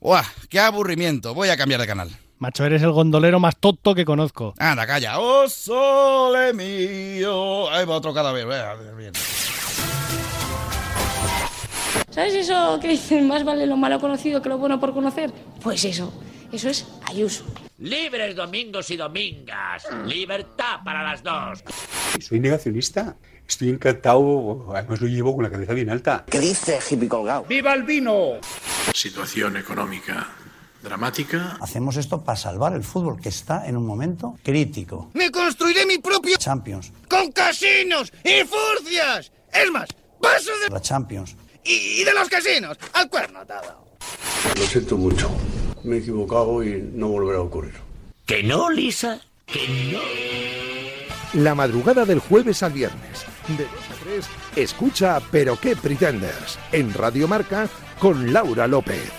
¡Buah! ¡Qué aburrimiento! Voy a cambiar de canal. Macho, eres el gondolero más tonto que conozco. Anda, calla. ¡Oh, sole mío! Ahí va otro cadáver. eh, bien. ¿Sabes eso que dicen más vale lo malo conocido que lo bueno por conocer? Pues eso, eso es Ayuso. Libres domingos y domingas. Libertad para las dos. Soy negacionista. Estoy encantado. Además lo llevo con la cabeza bien alta. ¿Qué dice hippie colgado? ¡Viva el vino! Situación económica dramática. Hacemos esto para salvar el fútbol que está en un momento crítico. Me construiré mi propio Champions, con casinos y furcias. Es más, paso de... la Champions. Y, y de los casinos al cuerno todo. Lo siento mucho. Me he equivocado y no volverá a ocurrir. ¿Que no, Lisa? ¿Que no? La madrugada del jueves al viernes, de 2 a 3, escucha Pero qué pretenders en Radio Marca con Laura López.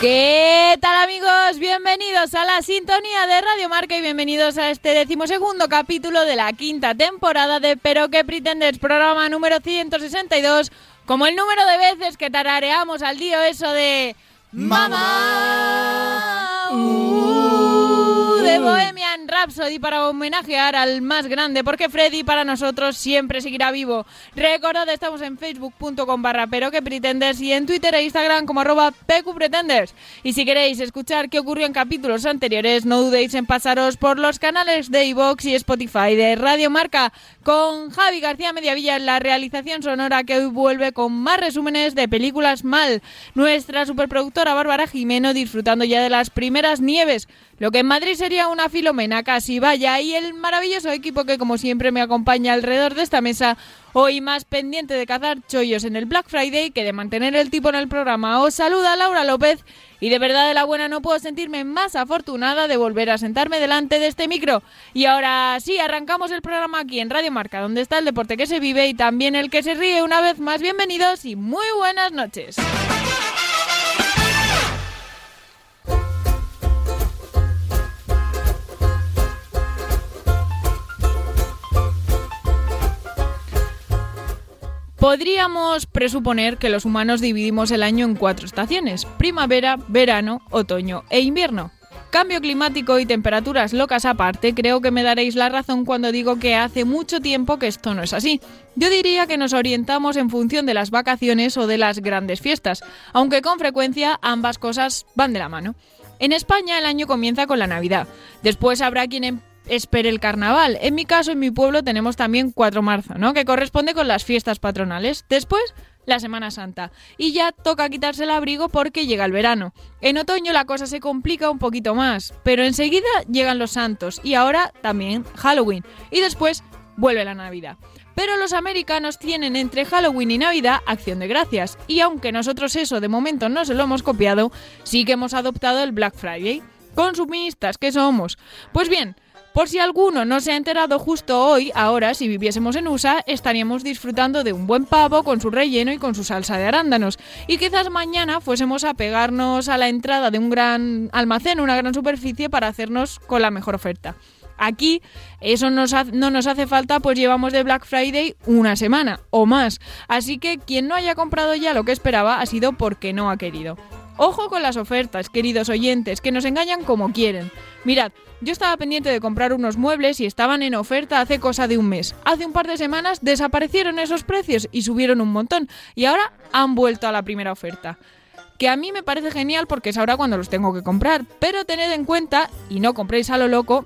¿Qué tal amigos? Bienvenidos a la sintonía de Radio Marca y bienvenidos a este decimosegundo capítulo de la quinta temporada de Pero qué pretendes, programa número 162, como el número de veces que tarareamos al día eso de... Mamá uh, de Bohemian Rhapsody para homenajear al más grande, porque Freddy para nosotros siempre seguirá vivo. Recordad, estamos en facebook.com barra pero que pretendes y en Twitter e Instagram como arroba pqpretenders. Y si queréis escuchar qué ocurrió en capítulos anteriores, no dudéis en pasaros por los canales de iVox y Spotify de Radio Marca con Javi García Mediavilla en la realización sonora que hoy vuelve con más resúmenes de películas mal. Nuestra superproductora a Bárbara Jimeno disfrutando ya de las primeras nieves, lo que en Madrid sería una filomena casi vaya, y el maravilloso equipo que como siempre me acompaña alrededor de esta mesa, hoy más pendiente de cazar chollos en el Black Friday que de mantener el tipo en el programa. Os saluda Laura López y de verdad de la buena no puedo sentirme más afortunada de volver a sentarme delante de este micro. Y ahora sí, arrancamos el programa aquí en Radio Marca, donde está el deporte que se vive y también el que se ríe una vez más. Bienvenidos y muy buenas noches. Podríamos presuponer que los humanos dividimos el año en cuatro estaciones, primavera, verano, otoño e invierno. Cambio climático y temperaturas locas aparte, creo que me daréis la razón cuando digo que hace mucho tiempo que esto no es así. Yo diría que nos orientamos en función de las vacaciones o de las grandes fiestas, aunque con frecuencia ambas cosas van de la mano. En España el año comienza con la Navidad, después habrá quien em- espere el carnaval. En mi caso, en mi pueblo, tenemos también 4 de marzo, ¿no? Que corresponde con las fiestas patronales. Después, la Semana Santa. Y ya toca quitarse el abrigo porque llega el verano. En otoño la cosa se complica un poquito más, pero enseguida llegan los santos y ahora también Halloween. Y después vuelve la Navidad. Pero los americanos tienen entre Halloween y Navidad acción de gracias, y aunque nosotros eso de momento no se lo hemos copiado, sí que hemos adoptado el Black Friday. Consumistas que somos. Pues bien, por si alguno no se ha enterado justo hoy, ahora si viviésemos en USA, estaríamos disfrutando de un buen pavo con su relleno y con su salsa de arándanos. Y quizás mañana fuésemos a pegarnos a la entrada de un gran almacén, una gran superficie, para hacernos con la mejor oferta. Aquí eso nos ha- no nos hace falta, pues llevamos de Black Friday una semana o más. Así que quien no haya comprado ya lo que esperaba ha sido porque no ha querido. Ojo con las ofertas, queridos oyentes, que nos engañan como quieren. Mirad, yo estaba pendiente de comprar unos muebles y estaban en oferta hace cosa de un mes. Hace un par de semanas desaparecieron esos precios y subieron un montón, y ahora han vuelto a la primera oferta que a mí me parece genial porque es ahora cuando los tengo que comprar. Pero tened en cuenta, y no compréis a lo loco,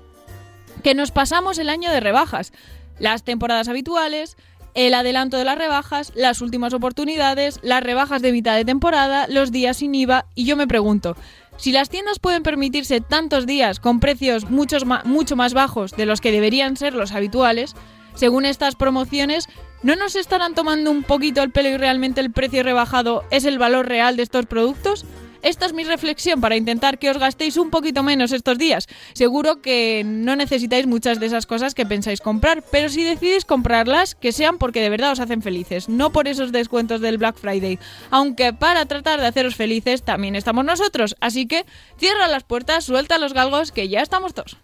que nos pasamos el año de rebajas, las temporadas habituales, el adelanto de las rebajas, las últimas oportunidades, las rebajas de mitad de temporada, los días sin IVA, y yo me pregunto, si las tiendas pueden permitirse tantos días con precios muchos ma- mucho más bajos de los que deberían ser los habituales, según estas promociones, ¿no nos estarán tomando un poquito el pelo y realmente el precio rebajado es el valor real de estos productos? Esta es mi reflexión para intentar que os gastéis un poquito menos estos días. Seguro que no necesitáis muchas de esas cosas que pensáis comprar, pero si decidís comprarlas, que sean porque de verdad os hacen felices, no por esos descuentos del Black Friday. Aunque para tratar de haceros felices también estamos nosotros, así que cierra las puertas, suelta los galgos, que ya estamos todos.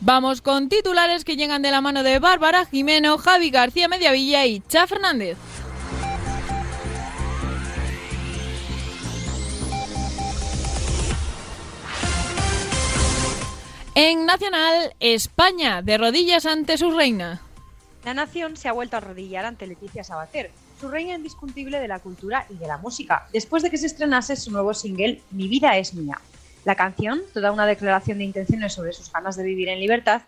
Vamos con titulares que llegan de la mano de Bárbara Jimeno, Javi García Mediavilla y Cha Fernández. En Nacional, España, de rodillas ante su reina. La nación se ha vuelto a arrodillar ante Leticia Sabater, su reina indiscutible de la cultura y de la música, después de que se estrenase su nuevo single Mi vida es mía. La canción, toda una declaración de intenciones sobre sus ganas de vivir en libertad,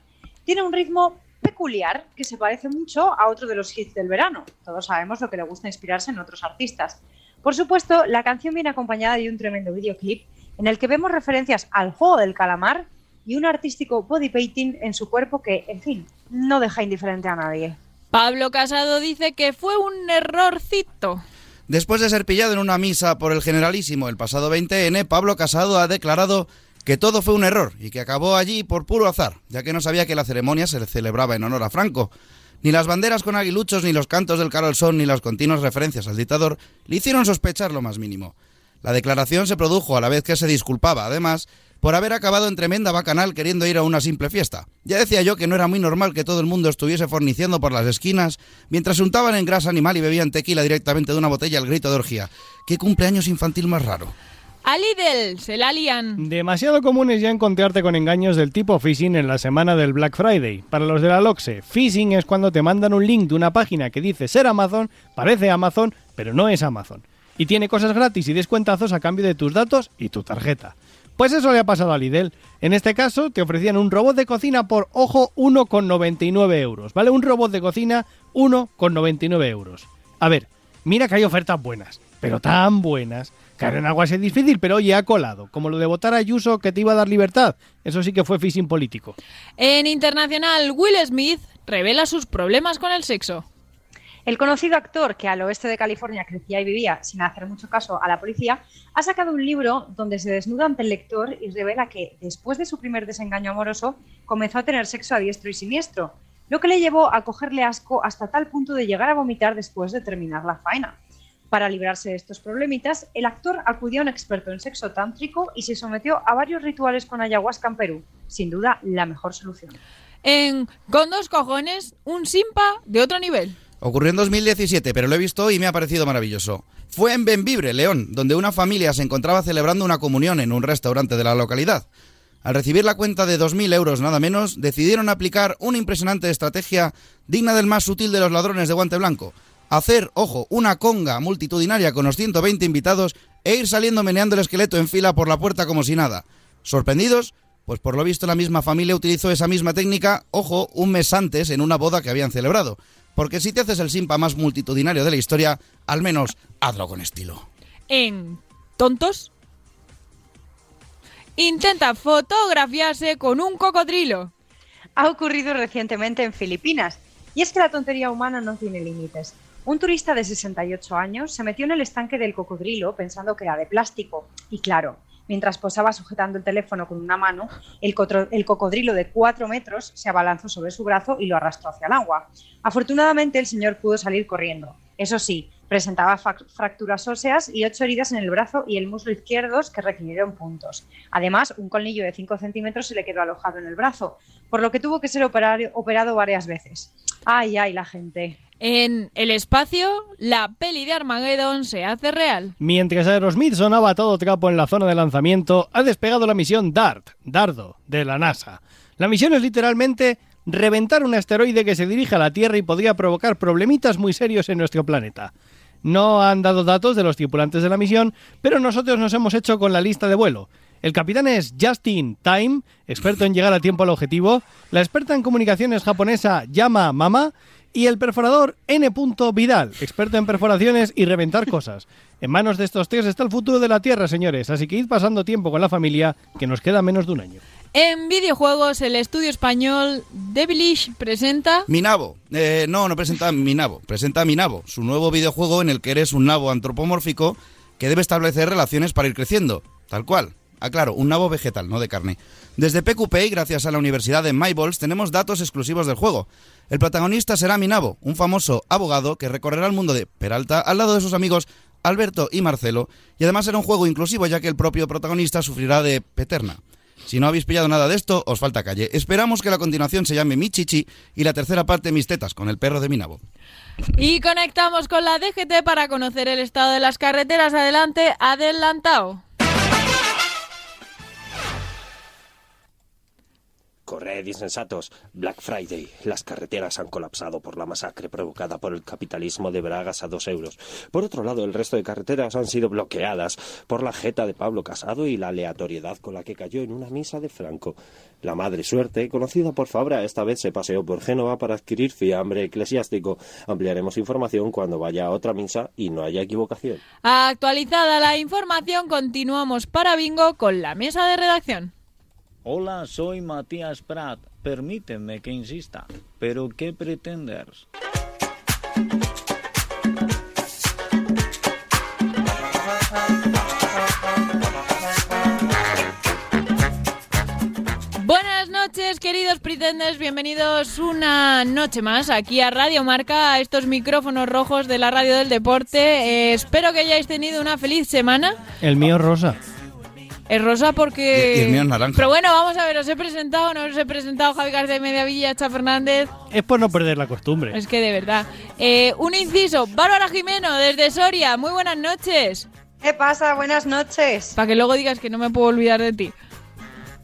tiene un ritmo peculiar que se parece mucho a otro de los hits del verano. Todos sabemos lo que le gusta inspirarse en otros artistas. Por supuesto, la canción viene acompañada de un tremendo videoclip en el que vemos referencias al juego del calamar y un artístico body painting en su cuerpo que, en fin, no deja indiferente a nadie. Pablo Casado dice que fue un errorcito. Después de ser pillado en una misa por el generalísimo el pasado 20N, Pablo Casado ha declarado que todo fue un error y que acabó allí por puro azar, ya que no sabía que la ceremonia se celebraba en honor a Franco. Ni las banderas con aguiluchos, ni los cantos del Carol Son, ni las continuas referencias al dictador le hicieron sospechar lo más mínimo. La declaración se produjo a la vez que se disculpaba, además, por haber acabado en tremenda bacanal queriendo ir a una simple fiesta. Ya decía yo que no era muy normal que todo el mundo estuviese forniciando por las esquinas mientras se untaban en grasa animal y bebían tequila directamente de una botella al grito de orgía. ¿Qué cumpleaños infantil más raro? A Lidl se la lían. Demasiado común es ya encontrarte con engaños del tipo phishing en la semana del Black Friday. Para los de la Loxe, phishing es cuando te mandan un link de una página que dice ser Amazon, parece Amazon, pero no es Amazon. Y tiene cosas gratis y descuentazos a cambio de tus datos y tu tarjeta. Pues eso le ha pasado a Lidl. En este caso, te ofrecían un robot de cocina por, ojo, 1,99 euros. ¿Vale? Un robot de cocina, 1,99 euros. A ver, mira que hay ofertas buenas, pero tan buenas. Claro, en algo así es difícil, pero oye, ha colado. Como lo de votar a Ayuso que te iba a dar libertad. Eso sí que fue phishing político. En internacional, Will Smith revela sus problemas con el sexo. El conocido actor que al oeste de California crecía y vivía sin hacer mucho caso a la policía, ha sacado un libro donde se desnuda ante el lector y revela que, después de su primer desengaño amoroso, comenzó a tener sexo a diestro y siniestro, lo que le llevó a cogerle asco hasta tal punto de llegar a vomitar después de terminar la faena. Para librarse de estos problemitas, el actor acudió a un experto en sexo tántrico y se sometió a varios rituales con ayahuasca en Perú, sin duda la mejor solución. En Con dos cojones, un simpa de otro nivel. Ocurrió en 2017, pero lo he visto y me ha parecido maravilloso. Fue en Benvibre, León, donde una familia se encontraba celebrando una comunión en un restaurante de la localidad. Al recibir la cuenta de 2.000 euros nada menos, decidieron aplicar una impresionante estrategia digna del más sutil de los ladrones de guante blanco. Hacer, ojo, una conga multitudinaria con los 120 invitados e ir saliendo meneando el esqueleto en fila por la puerta como si nada. ¿Sorprendidos? Pues por lo visto la misma familia utilizó esa misma técnica, ojo, un mes antes en una boda que habían celebrado porque si te haces el simpa más multitudinario de la historia, al menos hazlo con estilo. En Tontos intenta fotografiarse con un cocodrilo. Ha ocurrido recientemente en Filipinas, y es que la tontería humana no tiene límites. Un turista de 68 años se metió en el estanque del cocodrilo pensando que era de plástico, y claro, mientras posaba sujetando el teléfono con una mano, el, el, cocodrilo de cuatro metros se abalanzó sobre su brazo y lo arrastró hacia el agua. Afortunadamente, el señor pudo salir corriendo. Eso sí, presentaba fracturas óseas y ocho heridas en el brazo y el muslo izquierdos que requirieron puntos. Además, un colnillo de 5 centímetros se le quedó alojado en el brazo, por lo que tuvo que ser operar operado varias veces. Ay, ay, la gente. En el espacio, la peli de Armageddon se hace real. Mientras Aerosmith sonaba todo trapo en la zona de lanzamiento, ha despegado la misión DART, Dardo, de la NASA. La misión es literalmente reventar un asteroide que se dirige a la Tierra y podría provocar problemitas muy serios en nuestro planeta. No han dado datos de los tripulantes de la misión, pero nosotros nos hemos hecho con la lista de vuelo. El capitán es Justin Time, experto en llegar a tiempo al objetivo, la experta en comunicaciones japonesa Yama Mama y el perforador N. Vidal, experto en perforaciones y reventar cosas. En manos de estos tres está el futuro de la Tierra, señores, así que id pasando tiempo con la familia, que nos queda menos de un año. En videojuegos, el estudio español Devilish presenta... Minabo. Eh, no, no presenta Minabo, presenta Minabo, su nuevo videojuego en el que eres un nabo antropomórfico que debe establecer relaciones para ir creciendo, tal cual. Aclaro, un nabo vegetal, no de carne. Desde PQP y gracias a la Universidad de Mayballs tenemos datos exclusivos del juego. El protagonista será Minabo, un famoso abogado que recorrerá el mundo de Peralta al lado de sus amigos Alberto y Marcelo, y además será un juego inclusivo ya que el propio protagonista sufrirá de peterna. Si no habéis pillado nada de esto, os falta calle. Esperamos que la continuación se llame Mi Chichi y la tercera parte Mis Tetas, con el perro de Minabo. Y conectamos con la DGT para conocer el estado de las carreteras. Adelante, adelantado. Corred, insensatos. Black Friday. Las carreteras han colapsado por la masacre provocada por el capitalismo de Bragas a dos euros. Por otro lado, el resto de carreteras han sido bloqueadas por la jeta de Pablo Casado y la aleatoriedad con la que cayó en una misa de Franco. La madre suerte, conocida por Fabra, esta vez se paseó por Génova para adquirir fiambre eclesiástico. Ampliaremos información cuando vaya a otra misa y no haya equivocación. Actualizada la información, continuamos para Bingo con la mesa de redacción. Hola, soy Matías Prat. Permíteme que insista. ¿Pero qué pretendes? Buenas noches, queridos pretenders. Bienvenidos una noche más aquí a Radio Marca, a estos micrófonos rojos de la radio del deporte. Eh, espero que hayáis tenido una feliz semana. El mío es rosa. Es rosa porque. Y- y el mío es naranja. Pero bueno, vamos a ver, os he presentado, no os he presentado Javi García de Mediavilla, Cha Fernández. Es por no perder la costumbre. Es que de verdad. Eh, un inciso, Bárbara Jimeno, desde Soria. Muy buenas noches. ¿Qué pasa? Buenas noches. Para que luego digas que no me puedo olvidar de ti.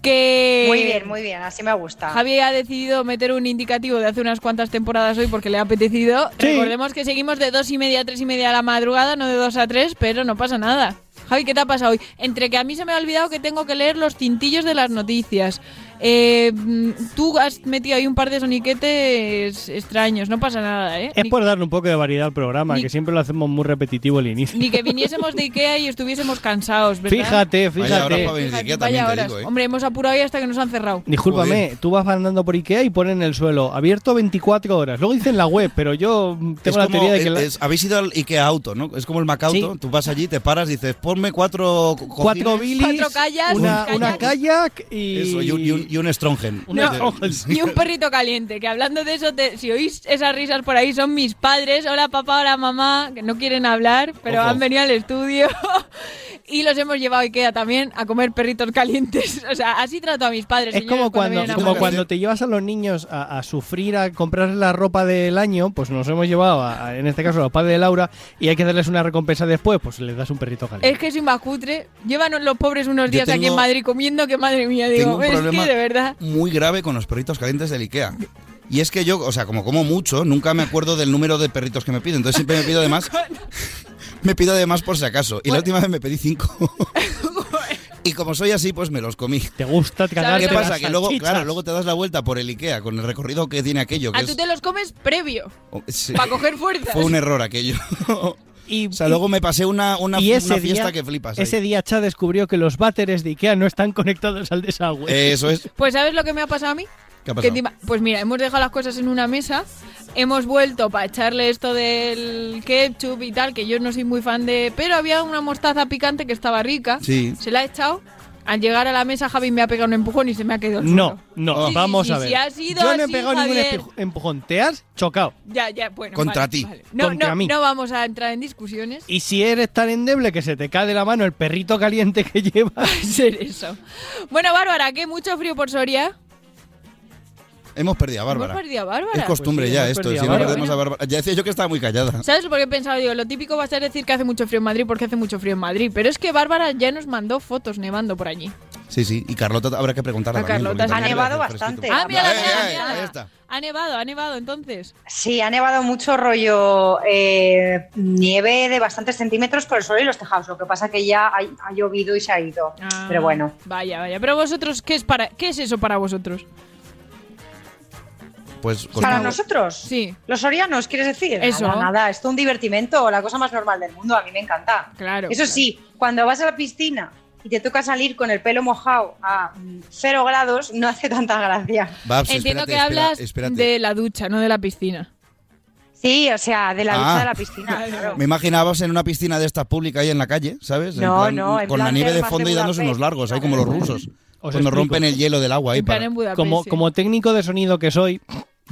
Que. Muy bien, muy bien, así me gusta. Javi ha decidido meter un indicativo de hace unas cuantas temporadas hoy porque le ha apetecido. Recordemos que seguimos de dos y media a tres y media a la madrugada, no de dos a tres, pero no pasa nada. Javi, ¿qué te ha pasado hoy? Entre que a mí se me ha olvidado que tengo que leer los cintillos de las noticias. Eh, mm, tú has metido ahí un par de soniquetes extraños, no pasa nada, ¿eh? Es Ni- por darle un poco de variedad al programa, Ni- que siempre lo hacemos muy repetitivo al inicio. Ni que viniésemos de Ikea y estuviésemos cansados, ¿verdad? Fíjate, fíjate. Fíjate, vaya horas. Hombre, hemos apurado y hasta que nos han cerrado. Discúlpame, tú vas andando por Ikea y ponen el suelo abierto 24 horas. Luego dicen la web, pero yo mm, Es tengo la como- teoría de que... la- es- habéis ido al Ikea Auto, ¿no? Es como el Macauto. Sí. Tú vas allí, te paras, dices, ponme cuatro co- Cuatro cojines". bilis, Cuatro callas, una, un una kayak y... Eso, y un, y un- y un Strongen. Una- De- oh, Y un perrito caliente, que hablando de eso, te- si oís esas risas por ahí, son mis padres, hola papá, hola mamá, que no quieren hablar, pero Ojo. han venido al estudio y los hemos llevado a Ikea también a comer perritos calientes. O sea, así trato a mis padres. Es señores, como cuando, vienen a como comer. cuando te llevas a los niños a, a sufrir a comprar la ropa del año, pues nos hemos llevado, a- a- en este caso, a los padres de Laura, y hay que darles una recompensa después, pues les das un perrito caliente. Es que es más cutre. Llevan los pobres unos Yo días aquí en tengo- Madrid comiendo, que madre mía, digo, un es problema- que de verdad. muy grave con los perritos calientes del Ikea. Y es que yo, o sea, como como mucho, nunca me acuerdo del número de perritos que me pido. Entonces siempre me pido de más. Me pido de más por si acaso. Y la última vez me pedí cinco. Y como soy así, pues me los comí. ¿Te gusta Ah, ¿Qué cagarte las pasa? Que luego, salchichas? claro, luego te das la vuelta por el Ikea con el recorrido que tiene aquello. Que Ah, tú es- te los comes previo, oh, sí. para coger fuerzas. Fue un error aquello. o sea, luego me pasé una, una, y una ese fiesta día, que flipas. ahí. Ese día Cha descubrió que los váteres de Ikea no están conectados al desagüe. Eso es. Pues ¿sabes lo que me ha pasado a mí? ¿Qué ha Que pasado? encima- pues mira, hemos dejado las cosas en una mesa, hemos vuelto para echarle esto del ketchup y tal, que yo no soy muy fan de... Pero había una mostaza picante que estaba rica, Sí. se la he echado. Al llegar a la mesa, Javi me ha pegado un empujón y se me ha quedado... el No, suelo. no, Sí, vamos sí, a sí, ver. sí, ha sido Yo no he así, pegado ningún Javier. empuj- empujón, te has chocado. Ya, ya, bueno. Contra vale, ti. vale. No, Contra no, mí. no vamos a entrar en discusiones. Y si eres tan endeble que se te cae de la mano el perrito caliente que llevas. Ser eso. Bueno, Bárbara, que mucho frío por Soria. Hemos perdido a Bárbara. Hemos perdido a Bárbara. Pues Es costumbre ya hemos esto. Si perdido a no Bárbara. perdemos a Bárbara. Ya decía yo que estaba muy callada. ¿Sabes por qué he pensado? Digo, lo típico va a ser decir que hace mucho frío en Madrid porque hace mucho frío en Madrid. Pero es que Bárbara ya nos mandó fotos nevando por allí. Sí, sí. Y Carlota habrá que preguntarle A Carlota Ha nevado bastante. Ah, mira, Eh, la mira, eh, mira. ahí Ha nevado, ha nevado entonces. Sí, ha nevado mucho rollo eh, nieve de bastantes centímetros por el suelo y los tejados. Lo que pasa que ya ha, ha llovido y se ha ido. Ah, Pero bueno. Vaya, vaya. Pero vosotros, ¿qué es, para, ¿qué es eso para vosotros? Pues ¿Para costado. nosotros? Sí. ¿Los sorianos, quieres decir? Eso. Nada, nada, esto es un divertimento, la cosa más normal del mundo, a mí me encanta. Claro. Eso sí, cuando vas a la piscina y te toca salir con el pelo mojado a mm, cero grados, no hace tanta gracia. Babs, Entiendo Pues espérate, que espera- hablas espérate. de la ducha, no de la piscina. Sí, o sea, de la ducha Ah. de la piscina. Me imaginabas en una piscina de estas pública ahí en la calle, ¿sabes? En No, no, en Con plan la nieve de termas de fondo y dándose unos Budapest. largos, ahí como los rusos. cuando explico. rompen el hielo del agua ahí. para- en Budapest, como, sí. como técnico de sonido que soy,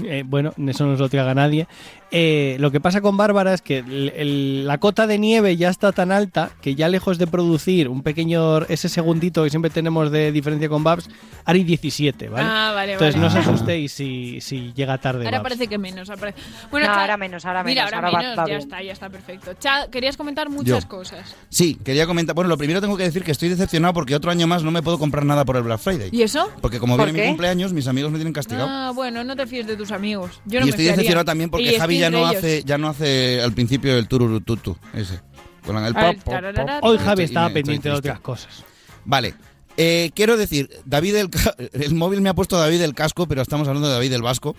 Eh, bueno, eso no se lo traga nadie. Eh, lo que pasa con Bárbara es que el- el- la cota de nieve ya está tan alta que ya lejos de producir un pequeño, ese segundito que siempre tenemos de diferencia con Babs, Ari 17, ¿vale? Ah, vale, Entonces vale. no os asustéis si, si llega tarde. Ahora Babs. parece que menos. ahora pare- Bueno, No, Cha- ahora menos, ahora Mira, menos, ahora, ahora va- menos, va ya bien. está, ya está perfecto. Cha, querías comentar muchas Yo. cosas. Sí, quería comentar. Bueno, lo primero tengo que decir que estoy decepcionado porque otro año más no me puedo comprar nada por el Black Friday. ¿Y eso? Porque como ¿Por viene qué? mi cumpleaños, mis amigos me tienen castigado. Ah, bueno, no te fíes de tus amigos. Yo y no me estoy fiaría. decepcionado también Y porque es Javi que ya entre no ellos. hace ya no hace al principio el tururututu ese. Con el pop, pop, pop. Hoy Me Javi estoy- estaba me estoy pendiente de triste. otras cosas. Vale. Eh, quiero decir, David el, ca- el móvil me ha puesto David el casco, pero estamos hablando de David el vasco.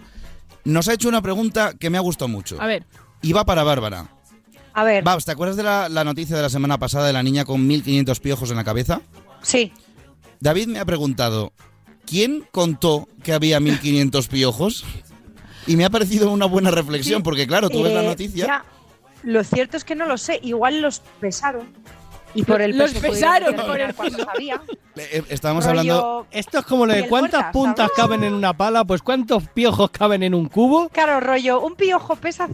Nos ha hecho una pregunta que me ha gustado mucho. A ver, Y va para Bárbara. A ver. Babs, ¿te acuerdas de la, la noticia de la semana pasada de la niña con 1500 piojos en la cabeza? Sí. David me ha preguntado, ¿quién contó que había 1500 piojos? Y me ha parecido una buena reflexión, porque claro, tú ves la Eh, noticia. ya, lo cierto es que no lo sé. Igual los pesaron. Y por el Los peso pudieron pesaron, por determinar el cuántos había. Eh, eh, Estábamos rollo- hablando. Esto es como lo de Piel cuántas muerta, puntas ¿sabes? caben en una pala, pues cuántos piojos caben en un cubo. Claro, rollo, un piojo pesa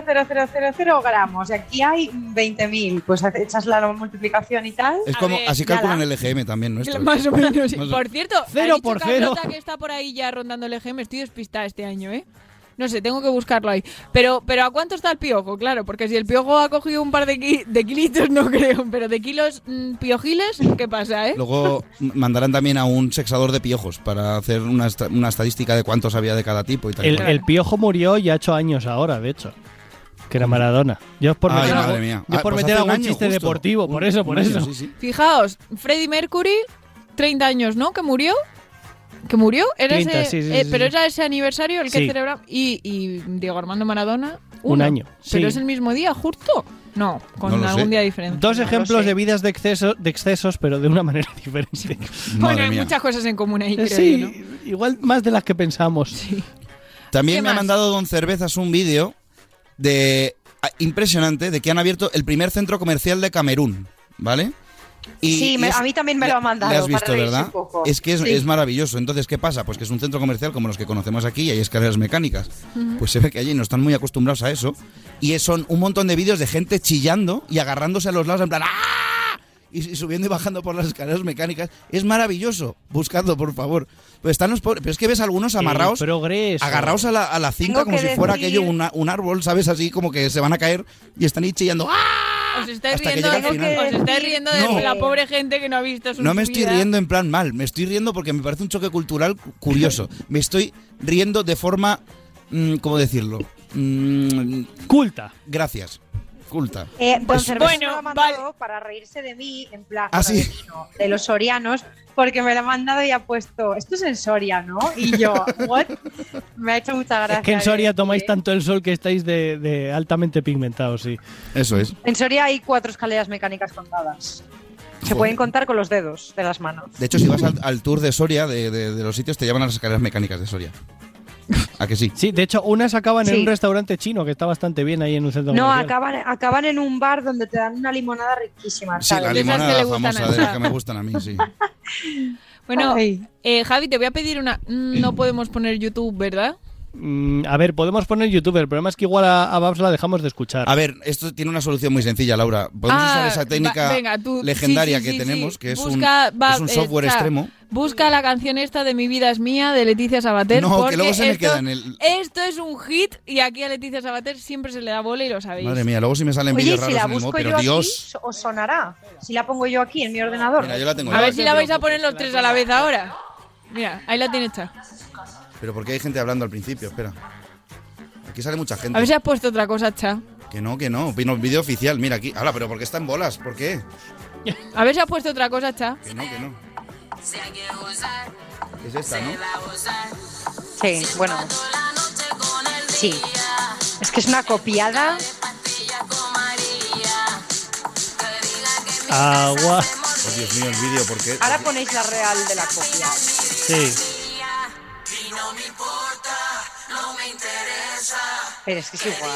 0,00000 gramos y aquí hay 20.000, pues hace- echas la multiplicación y tal. Es como. así calculan el EGM también, nuestro. más o menos. Más o- Por cierto, Cero ha dicho por Carlota cero. que está por ahí ya rondando el EGM. Estoy despistada este año, ¿eh? No sé, tengo que buscarlo ahí. Pero, pero ¿a cuánto está el piojo? Claro, porque si el piojo ha cogido un par de, ki- de kilitos, no creo. Pero de kilos mm, piojiles, ¿qué pasa, eh? Luego mandarán también a un sexador de piojos para hacer una, esta- una estadística de cuántos había de cada tipo y tal. y El, cual. el piojo murió ya ocho años ahora, de hecho. Que era Maradona. Yo es por Ay, meter, madre algún- mía. yo Mm. Ah, por pues meter hace un algún año, chiste justo. deportivo, por eso, Un por año, eso. sí, sí. Fijaos, Freddie Mercury, 30 años, ¿no? Que murió. ¿Que murió? Era 30, ese, sí, sí, eh, sí, pero sí. era ese aniversario el que Sí. celebraba. Y, y Diego Armando Maradona, Un uno. año, sí. Pero es el mismo día, justo. No, con No lo algún sé. día diferente. Dos No lo ejemplos sé. de vidas de, exceso, de excesos, pero de una manera diferente. Bueno, hay muchas cosas en común Eh, ahí, creo Sí, yo, ¿no? igual más de las que pensamos. También ¿Qué me ha más? mandado Don Cervezas un vídeo de ah, impresionante de que han abierto el primer centro comercial de Camerún, ¿vale? Y- sí, me- y es- a mí también me lo ha mandado. Le has para visto, reírse ¿verdad? un poco. Es que es, Sí. es maravilloso. Entonces, ¿qué pasa? Pues que es un centro comercial como los que conocemos aquí y hay escaleras mecánicas. Ujú. Pues se ve que allí no están muy acostumbrados a eso. Y es- son un montón de vídeos de gente chillando y agarrándose a los lados en plan ¡Ah! Y y subiendo y bajando por las escaleras mecánicas. Es maravilloso. Buscadlo, por favor. Pues están los pobres. Pero es que ves algunos amarrados. El progreso. Agarrados a la, a la cinta Tengo como que si fuera decir- aquello una- un árbol, ¿sabes? Así como que se van a caer y están ahí chillando. ¡Ah! Os estáis Hasta que riendo, llega al tengo que final. os estáis riendo de No. la pobre gente que no ha visto su No me estoy vida. riendo en plan mal, me estoy riendo porque me parece un choque cultural cu- curioso. Me estoy riendo de forma, mm, ¿cómo decirlo? Mm, culta. Gracias. Culta. Eh, don Pues- Cervés me lo ha mandado para reírse de mí, en plan, Ah, bueno, sí. de, mí no, de los sorianos, porque me lo ha mandado y ha puesto, esto es en Soria, ¿no? Y yo, ¿what? Me ha hecho mucha gracia. Es que en Soria eh. tomáis tanto el sol que estáis de, de altamente pigmentados, sí. Eso es. En Soria hay cuatro escaleras mecánicas contadas. Se Joder. pueden contar con los dedos de las manos. De hecho, si vas al, al tour de Soria, de, de- de los sitios, te llaman a las escaleras mecánicas de Soria. ¿A que sí? Sí, de hecho, unas acaban en Sí. un restaurante chino que está bastante bien ahí en un centro No, comercial. acaban, acaban en un bar donde te dan una limonada riquísima. Sí, la ¿sabes? limonada famosa de las que me gustan a mí, sí. Bueno, eh, Javi, te voy a pedir una. Eh. Mm, No podemos poner YouTube, ¿verdad? Mm, a ver, podemos poner YouTube, el problema es que igual a, a Babs la dejamos de escuchar. A ver, esto tiene una solución muy sencilla, Laura. Podemos Ah, usar esa va- técnica venga, tú- legendaria sí, sí, sí, que sí. tenemos, que es, Busca- un, va- es un eh, software está. extremo. Busca la canción esta de Mi vida es mía de Leticia Sabater. No, que porque luego se me esto, queda en el- Esto es un hit y aquí a Leticia Sabater siempre se le da bola y lo sabéis. Madre mía, luego si me salen Oye, ¿y vídeos raros si la en el móvil, busco yo pero Dios. aquí, os sonará. Si la pongo yo aquí en mi ordenador. Mira, yo la tengo a ya. ver si la vais a poner los tres a la vez ahora. Mira, ahí la tiene hecha. Pero porque hay gente hablando al principio, espera. Aquí sale mucha gente. A ver si has puesto otra cosa, cha. Que no, que no. Vino vídeo oficial, mira aquí. Ahora, pero ¿por qué está en bolas? ¿Por qué? A ver si has puesto otra cosa, cha. Que no, que no. Es esta, ¿no? Sí, bueno. Sí. Es que es una copiada. Agua. Oh, Dios mío, el vídeo, ¿por qué? Ahora ponéis la real de la copia. Sí. Pero es que es igual.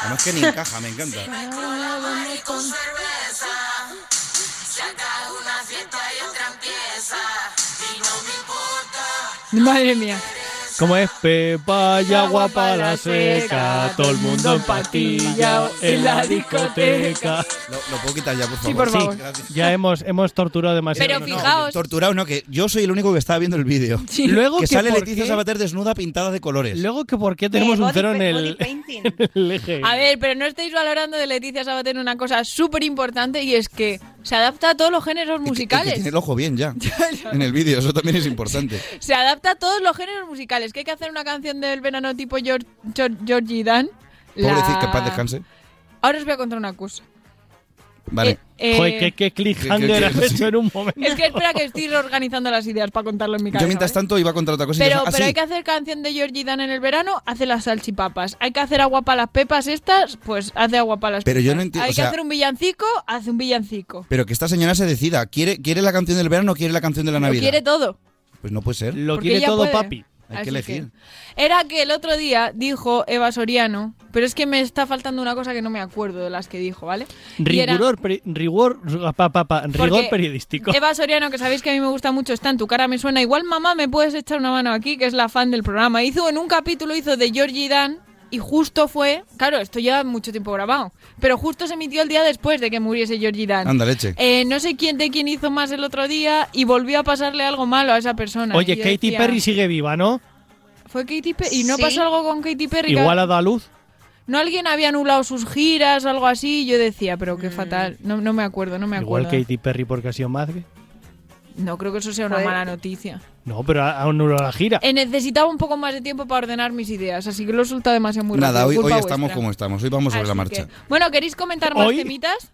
Además que ni encaja, me encanta. Madre mía. ¿Cómo es? Pepa y agua para la seca, todo el mundo empatillado en la discoteca. Lo, lo puedo quitar ya, por favor. Sí, por favor. Ya hemos, hemos torturado demasiado. Pero fijaos. Torturado, no, que yo soy el único que estaba viendo el vídeo. Sí. Luego que, que sale por Leticia qué- Sabater desnuda pintada de colores. Luego que por qué Eh, tenemos un cero en el, en el eje. A ver, pero no estáis valorando de Leticia Sabater una cosa súper importante y es que se adapta a todos los géneros Que tiene musicales. el ojo bien ya. en el vídeo, eso también es importante. Se adapta a todos los géneros musicales. Que hay que hacer una canción del verano tipo George, George- Georgie Dan. Pobrecita, La- que paz descanse. Ahora os voy a contar una cosa. Vale. Eh, Joder, qué- qué cliffhanger has hecho en un momento. Es que espera que estoy reorganizando las ideas para contarlo en mi cabeza. Yo mientras tanto iba a contar otra cosa. y ¿eh? Pero, yo- ah, pero sí. hay que hacer canción de Georgie Dan en el verano, hace las salchipapas. Hay que hacer agua para las pepas estas, pues hace agua para las Pero pepas. yo no entiendo, Hay o que sea- hacer un villancico, hace un villancico. Pero que esta señora se decida. ¿Quiere, ¿Quiere la canción del verano o quiere la canción de la Lo Navidad? quiere todo. Pues no puede ser. Lo Porque quiere ella todo, puede. papi. Hay Así que elegir. Era que el otro día dijo Eva Soriano, pero es que me está faltando una cosa que no me acuerdo de las que dijo, ¿vale? Y era- Rigor, peri- rigor, pa, pa, pa, rigor Porque periodístico. Eva Soriano, que sabéis que a mí me gusta mucho, está en tu cara, me suena. Igual, mamá, me puedes echar una mano aquí, que es la fan del programa. Hizo en un capítulo, hizo de Georgie Dan, y justo fue. Claro, esto ya mucho tiempo grabado, pero justo se emitió el día después de que muriese Georgie Dan. Anda, leche. Eh, no sé quién de quién hizo más el otro día y volvió a pasarle algo malo a esa persona. Oye, Y yo Katy decía, Perry sigue viva, ¿no? ¿Fue Katy Perry? ¿Y no Sí. pasó algo con Katy Perry? que- Igual ha dado a luz. ¿No alguien había anulado sus giras o algo así? Y Yo decía, pero qué fatal. No, no me acuerdo, no me Igual acuerdo. Katy Perry porque ha sido madre. No creo que eso sea una mala noticia. No, pero ha ha anulado la gira. Eh, necesitaba un poco más de tiempo para ordenar mis ideas, así que lo he soltado demasiado muy Nada, rápido. hoy, hoy culpa estamos vuestra. como estamos. Hoy vamos sobre Así la marcha. que- Bueno, ¿queréis comentar más Hoy- temitas?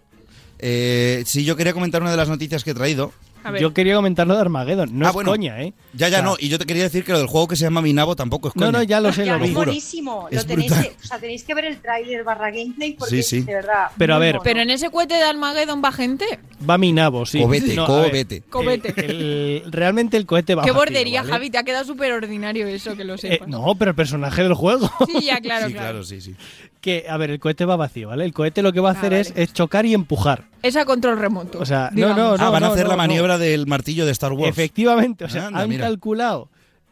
Eh, sí, yo quería comentar una de las noticias que he traído. A ver. Yo quería comentar lo de Armageddon. No Ah, es bueno. coña, ¿eh? Ya, ya, O sea, no. Y yo te quería decir que lo del juego que se llama Minabo tampoco es No, coña. no, ya lo sé, Ya, lo es juro. buenísimo. Es lo tenéis brutal. que, o sea, tenéis que ver el tráiler barra gameplay Sí, porque sí. es de verdad. Pero a muy ver- mono. Pero en ese cohete de Armageddon va gente. Va mi nabo, sí. Cobete, No, a ver, cobete. el- Cobete. el- realmente el cohete va Qué vacío, bordería, ¿vale? Javi, te ha quedado súper ordinario eso, que lo Eh, sepas. no, pero el personaje del juego. Sí, ya, claro, claro. sí, sí. Que, a ver, el cohete va vacío, ¿vale? El cohete lo que Ah, va a hacer es, es chocar y empujar. Es a control remoto. O sea, no, digamos. no, no. Ah, van a hacer no, la no. maniobra del martillo de Star Wars. Efectivamente, o sea, Anda, han mira. calculado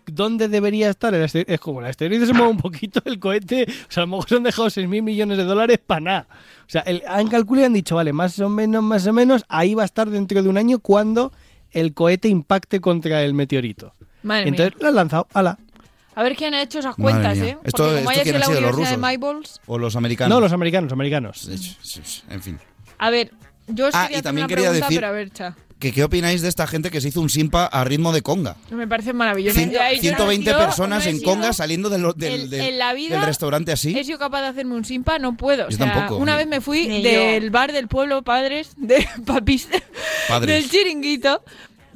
dónde debería estar el asteroide. Es como el asteroide se mueve un poquito, el cohete, o sea, a lo mejor se han dejado 6.000 mil millones de dólares para nada. O sea, el- han calculado y han dicho, vale, más o menos, más o menos, ahí va a estar dentro de un año cuando el cohete impacte contra el meteorito. Madre mía. Entonces lo han lanzado, ala. A ver quién ha hecho esas Madre cuentas, mía. ¿eh? Porque Esto- como esto haya quién sido ha la sido, los Universidad de rusos. Myballs. O los americanos. No, los americanos, americanos. Sí, sí, en fin. A ver, yo os Ah, y quería hacer también una quería pregunta, decir- pero a ver, cha. ¿Que, ¿Qué opináis de esta gente que se hizo un simpa a ritmo de conga? Me parece maravilloso. Cien- Ya, yo no- 120 yo personas no he en sido- conga saliendo del, del- en- del- en la vida del restaurante así. He sido capaz de hacerme un simpa, no puedo. O Yo sea, tampoco. Una vez me fui del bar del pueblo, padres, de papis, Padres. del chiringuito.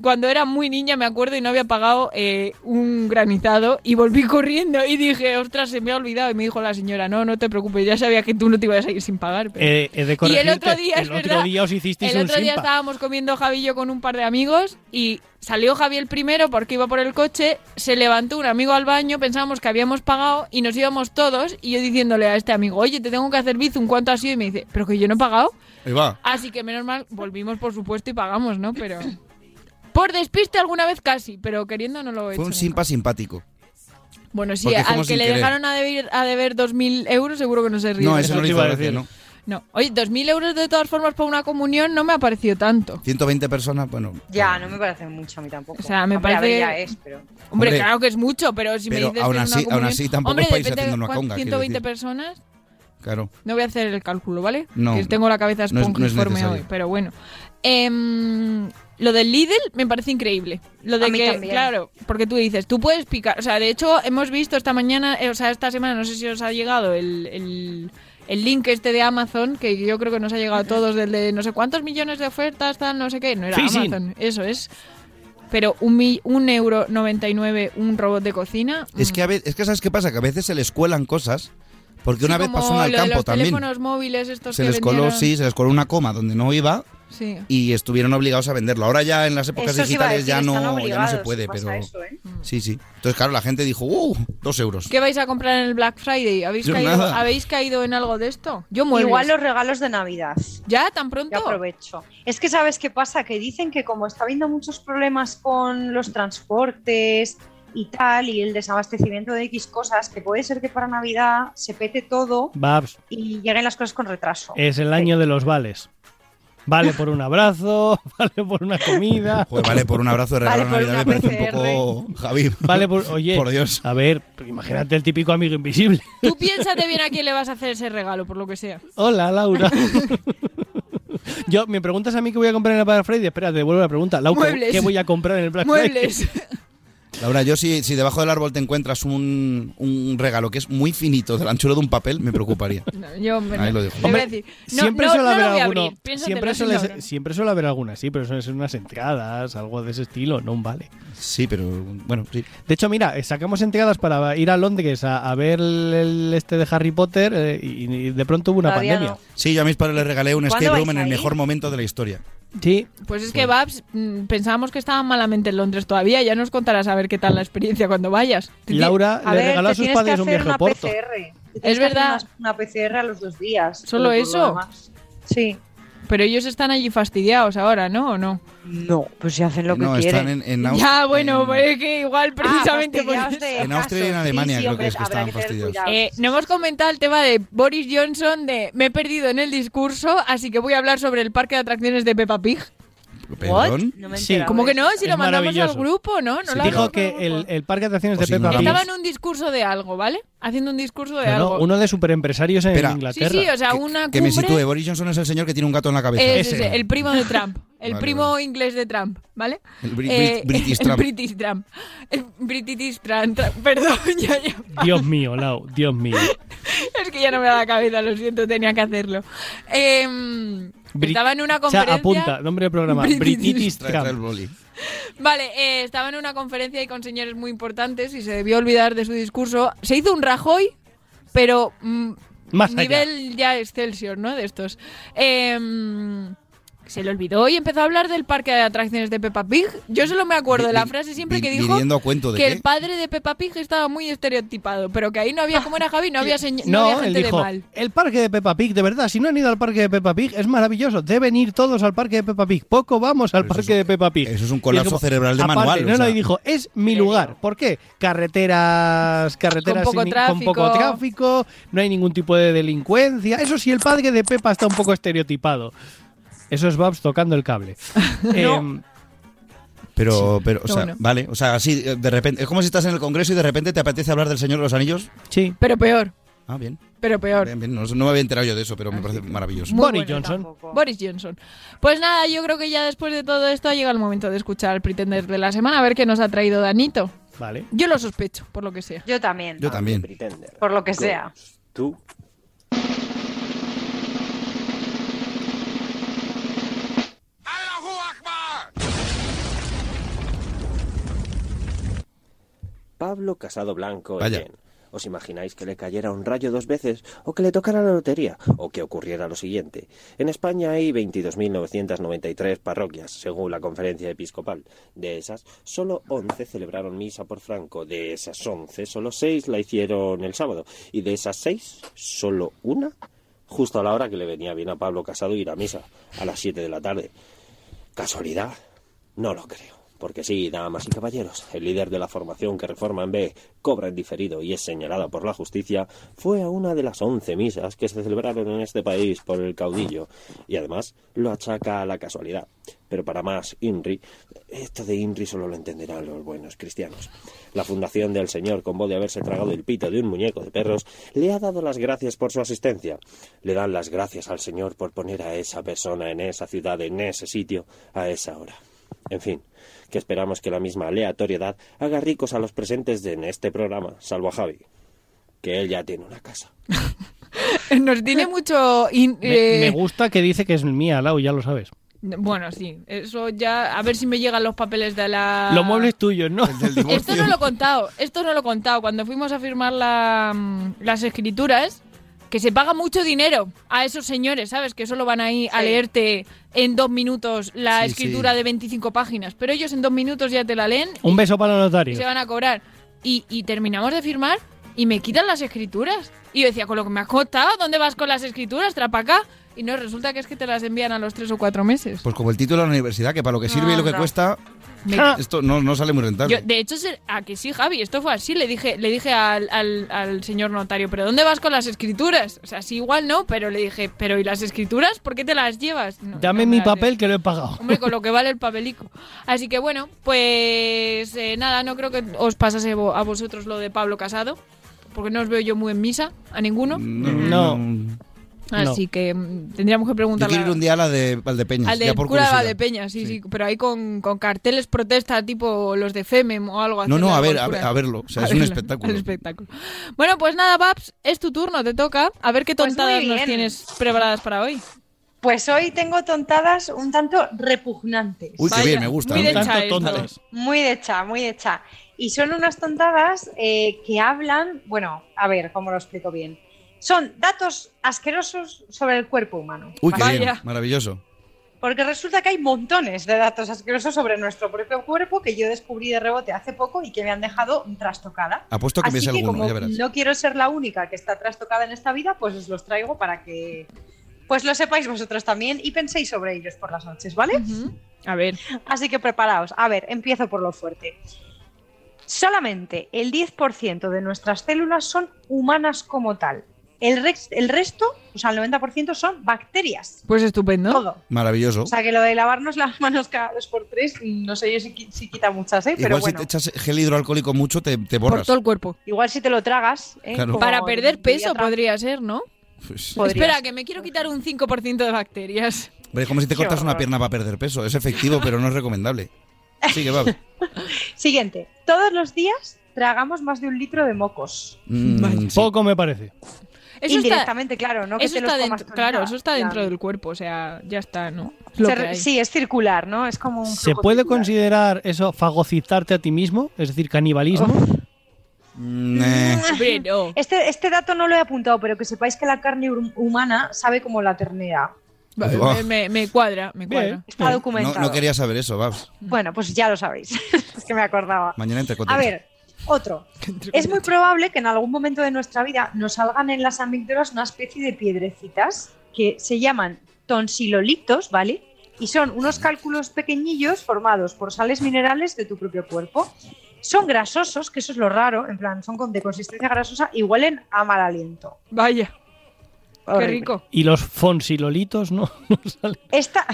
Cuando era muy niña, me acuerdo, y no había pagado eh, un granizado, y volví corriendo y dije, ostras, se me ha olvidado. Y me dijo la señora, no, no te preocupes, ya sabía que tú no te ibas a ir sin pagar. pero-". Eh, he de y el corregirte, otro día, es el otro verdad, día os hicisteis el un otro día simpa. estábamos comiendo Javi y yo con un par de amigos y salió Javi el primero porque iba por el coche, se levantó un amigo al baño, pensábamos que habíamos pagado y nos íbamos todos y yo diciéndole a este amigo, oye, te tengo que hacer bizum, ¿cuánto ha sido? Y me dice, pero que yo no he pagado. Ahí va. Así que menos mal, volvimos por supuesto y pagamos, ¿no? Pero... Por despiste alguna vez casi, pero queriendo pues no lo he Fue hecho. un simpa simpático. Bueno, sí, porque al fuimos que sin le querer. dejaron a deber, a deber 2.000 euros seguro que no se ríe. No, ese no te le iba hizo a gracia, decir. ¿no? No, oye, 2.000 euros de todas formas por una comunión no me ha parecido tanto. 120 personas, bueno. Ya, no me parece mucho a mí O tampoco. sea, me Hombre, a ver, parece- ya es, pero. Hombre, Hombre. claro que es mucho, pero si Pero me dices aún que es una así- aún comunión- así tampoco Hombre, os podéis depende haciendo una cuán- conga, quiero 120 decir. personas. Claro. No voy a hacer el cálculo, ¿vale? No, que tengo la cabeza no es- no es esponjiforme necesario. hoy, pero bueno. Em, lo del Lidl me parece increíble. Lo de A mí que, también. claro, porque tú dices, tú puedes picar. O sea, de hecho, hemos visto esta mañana, eh, o sea, esta semana, no sé si os ha llegado el, el, el link este de Amazon, que yo creo que nos ha llegado a todos, del de no sé cuántos millones de ofertas, tal, no sé qué. No era Phishing. Amazon, eso es. Pero un, mi- un euro 99 un robot de cocina. Es que, a veces, es que ¿sabes qué pasa? Que a veces se les cuelan cosas. Porque mm, Sí, una vez como pasó una al lo de campo los también. teléfonos móviles estos Se que les coló, vendieron. sí, se les coló una coma donde no iba Sí. y estuvieron obligados a venderlo. Ahora ya en las épocas Eso os iba a digitales decir, ya están no, ya no se obligados, puede, pasa pero. Mm. eso, ¿eh? Sí, sí. Entonces, claro, la gente dijo, ¡uh! Dos euros. ¿Qué vais a comprar en el Black Friday? ¿Habéis, Yo caído, nada. ¿habéis caído en algo de esto? Yo muebles. Igual los regalos de Navidad. ¿Ya? ¿Tan pronto? aprovecho. Es que sabes qué pasa, que dicen que como está habiendo muchos problemas con los transportes, y tal, y el desabastecimiento de X cosas, que puede ser que para Navidad se pete todo Babs, y lleguen las cosas con retraso. es el año de los vales. Vale por un abrazo, vale por una comida. Joder, vale por un abrazo de regalo Vale por Navidad me una parece PCR. un poco. Javi. Vale por. Oye, Por Dios. A ver, pues, imagínate el típico amigo invisible. Tú piénsate bien a quién le vas a hacer ese regalo, por lo que sea. Hola, Laura. Yo, me preguntas a mí qué voy a comprar en el Black Friday. Espera, te devuelvo la pregunta. Lau, ¿qué- Muebles. ¿qué voy a comprar en el Black Muebles. Friday? Laura, yo si, si debajo del árbol te encuentras un, un regalo que es muy finito, del anchura de un papel, me preocuparía. No, yo me- Ahí lo te dejo. voy a Hombre, decir, no, Siempre no, suele no haber lo voy a alguno. abrir. Piénsatelo, siempre, sí suele, lo abro. siempre suele haber alguna, sí, pero suelen ser unas entradas, algo de ese estilo, no un vale. Sí, pero bueno, sí. De hecho, mira, eh, sacamos entradas para ir a Londres a, a ver el, el este de Harry Potter eh, y, y de pronto hubo una Todavía pandemia. no. Sí, yo a mis padres les regalé un ¿Cuándo escape room vais en a el ir? mejor momento de la historia. Sí. Pues es que Babs, mm, pensábamos que estaba malamente en Londres todavía. Ya nos contarás a ver qué tal la experiencia cuando vayas. Laura A le ver, regaló te a sus tienes que padres un hacer viaje una a Porto. PCR. Te tienes Es que hacer verdad. Una, una PCR a los dos días. ¿Solo pero por lo eso? demás- Sí. Pero ellos están allí fastidiados ahora, ¿no? ¿O no? No, pues se hacen lo que No, están quieren. en- en Aus- Ya, Eh, bueno, pues es que igual precisamente por fastidiados eso. de En Austria y en Alemania creo que es que estaban fastidiados. Eh, no hemos comentado el tema de Boris Johnson de me he perdido en el discurso, así que voy a hablar sobre el parque de atracciones de Peppa Pig. ¿Perdón? No me Sí. enteraba Como que no, si Es lo mandamos al maravilloso. grupo, ¿no? No lo Dijo hago. que el, el parque de atracciones de Os Peppa Pig. ignoramos. Estaba en un discurso de algo, ¿vale? Haciendo un discurso de No, no, algo. uno de superempresarios en Espera. sí, Inglaterra. sí, o sea, una Que me cumbre- sitúe, Boris Johnson es el señor que tiene un gato en la cabeza. Ese, ese, el primo de Trump. El Pues Vale, primo inglés de Trump, ¿vale? El Brit- Brit- British el Trump. British Trump. El British Trump. Trump. Perdón, ya, ya. Dios mío, Lau, Dios mío. Es que ya no me da la cabeza, lo siento, tenía que hacerlo. Em, Brit- estaba en una O sea, conferencia. apunta, nombre del programa. British- British Trae- trae el Trump. boli. Vale, eh, estaba en una conferencia y con señores muy importantes y se debió olvidar de su discurso. Se hizo un Rajoy, pero mm, Más allá. nivel ya Excelsior, ¿no? De estos. Em, se le olvidó y empezó a hablar del parque de atracciones de Peppa Pig. Yo solo me acuerdo de la frase siempre que vi- dijo viniendo a cuento de que qué. el padre de Peppa Pig estaba muy estereotipado, pero que ahí no había, como era Javi, no había, señ- no No, había él gente de dijo, mal. el parque de Peppa Pig, de verdad, si no han ido al parque de Peppa Pig, es maravilloso, deben ir todos al parque de Peppa Pig, poco vamos al parque de Peppa Pig. Eso es un Y colapso como, cerebral de aparte, manual. o No, no, sea. y dijo, es mi lugar. ¿Por qué? Carreteras, carreteras Con poco sin- con poco tráfico. tráfico, no hay ningún tipo de delincuencia. Eso sí, el padre de Peppa está un poco estereotipado. Eso es Babs tocando el cable. Em, Pero, pero, o No, sea, no. vale, o sea, así, eh, de repente, es como si estás en el Congreso y de repente te apetece hablar del Señor de los Anillos. Sí. Pero peor, Ah, bien. pero peor. Bien, bien, No, no me había enterado yo de eso, pero me parece maravilloso. Muy Boris Johnson. Boris Johnson. Pues nada, yo creo que ya después de todo esto ha llegado el momento de escuchar el Pretender de la semana, a ver qué nos ha traído Danito. Vale. Yo lo sospecho, por lo que sea. Yo también. Yo también. Por lo que sea. Tú. Pablo Casado Blanco Vaya. Etienne. ¿Os imagináis que le cayera un rayo dos veces? ¿O que le tocara la lotería? ¿O que ocurriera lo siguiente? En España hay 22.993 parroquias, según la conferencia episcopal. De esas, solo 11 celebraron misa por Franco. De esas 11, solo 6 la hicieron el sábado. Y de esas 6, solo una, justo a la hora que le venía bien a Pablo Casado ir a misa, a las 7 de la tarde. ¿Casualidad? No lo creo. Porque sí, damas y caballeros, el líder de la formación que reforma en B cobra en diferido y es señalada por la justicia, fue a una de las once misas que se celebraron en este país por el caudillo, y además lo achaca a la casualidad. Pero para más, INRI, esto de INRI solo lo entenderán los buenos cristianos. La fundación del señor, con voz de haberse tragado el pito de un muñeco de perros, le ha dado las gracias por su asistencia. Le dan las gracias al señor por poner a esa persona en esa ciudad, en ese sitio, a esa hora. En fin, que esperamos que la misma aleatoriedad haga ricos a los presentes en este programa, salvo a Javi, que él ya tiene una casa. Nos tiene mucho... in- me, eh, me gusta que dice que es mía, Lau, ya lo sabes. Bueno, sí, eso ya... A ver si me llegan los papeles de la... Los muebles tuyos, ¿no? Esto no lo he contado, esto no lo he contado. Cuando fuimos a firmar la, mm, las escrituras, que se paga mucho dinero a esos señores, ¿sabes? Que solo van ahí a leerte en dos minutos la Sí, escritura sí. de 25 páginas, pero ellos en dos minutos ya te la leen Un beso para los y notarios. se van a cobrar. Y, y terminamos de firmar y me quitan las escrituras. Y yo decía, con lo que me has contado, ¿dónde vas con las escrituras? Trapa acá. Y no, resulta que es que te las envían a los tres o cuatro meses. Pues como el título de la universidad, que para lo que sirve y lo que Anda. cuesta, Ah, Me- Esto no, no sale muy rentable. Yo, de hecho, se- a que sí, Javi, esto fue así. Le dije, le dije al, al- al señor notario, ¿pero dónde vas con las escrituras? O sea, sí, igual no, pero le dije, ¿pero y las escrituras? ¿Por qué te las llevas? No, Dame no me mi las dio. papel que lo he pagado. Hombre, con lo que vale el papelico. Así que bueno, pues eh, nada, no creo que os pasase vo- a vosotros lo de Pablo Casado, porque no os veo yo muy en misa, a ninguno. Mm, No. Así que mm, tendríamos que Yo preguntarle quiero ir a- un día a la de Valdepeñas. al ya del por cura de curiosidad. Valdepeña, sí, sí, pero ahí con, con carteles protesta tipo los de Femem o algo así. No, no, a ver, a, ver- a verlo. O sea, A es un verlo. espectáculo. El espectáculo. Bueno, pues nada, Babs, es tu turno, te toca. A ver qué Pues tontadas muy nos bien. tienes preparadas para hoy. Pues hoy tengo tontadas un tanto repugnantes. Uy, qué bien, me gusta. muy ¿no? de Tanto chaesto. tontas. Muy de cha, muy de cha. Y son unas tontadas eh, que hablan, bueno, a ver, ¿cómo lo explico bien? Son datos asquerosos sobre el cuerpo humano. Uy, qué bien, Vaya. maravilloso. Porque resulta que hay montones de datos asquerosos sobre nuestro propio cuerpo que yo descubrí de rebote hace poco y que me han dejado trastocada. Apuesto que Así ves alguno, como ya verás. No quiero ser la única que está trastocada en esta vida, pues os los traigo para que pues lo sepáis vosotros también y penséis sobre ellos por las noches, ¿vale? A ver. Así que preparaos. A ver, empiezo por lo fuerte. Solamente el 10% de nuestras células son humanas como tal. El, rex- el resto, o sea, el 90% son bacterias. Pues estupendo. Todo. Maravilloso. O sea, que lo de lavarnos las manos cada dos por tres, no sé yo si, qui- si quita muchas, ¿eh? Pero Igual si bueno, te echas gel hidroalcohólico mucho, te, te borras. el cuerpo. igual si te lo tragas. ¿eh? Claro. Como Para el perder peso pediatra. podría ser, ¿no? Pues- Espera, que me quiero quitar un 5% de bacterias. Hombre, es como si te Qué cortas una horror. pierna para perder peso. Es efectivo, pero no es recomendable. Sí, que va. Siguiente. Todos los días tragamos más de un litro de mocos. Mm, Poco me parece. Eso Indirectamente, claro, no que eso te los está comas dentro- tú ni claro, nada. eso está dentro Claro. del cuerpo, o sea, ya está, ¿no? Es lo Se- que hay. sí, es circular, ¿no? Es como un. ¿Se flujo puede circular. considerar eso fagocitarte a ti mismo? Es decir, canibalismo. Mm, eh. Hombre, no. Este, este dato no lo he apuntado, pero que sepáis que la carne hum- humana sabe como la ternera. Oh. Me, me- me cuadra, me cuadra. Está No, documentado. no quería saber eso, Babs. Bueno, pues ya lo sabéis. es que me acordaba. Mañana entre A contigo. ver, otro. Es muy probable que en algún momento de nuestra vida nos salgan en las amígdalas una especie de piedrecitas que se llaman tonsilolitos, ¿vale? Y son unos cálculos pequeñillos formados por sales minerales de tu propio cuerpo. Son grasosos, que eso es lo raro, en plan, son con- de consistencia grasosa y huelen a mal aliento. Vaya, qué Horrible. rico. Y los fonsilolitos no, no salen. Esta,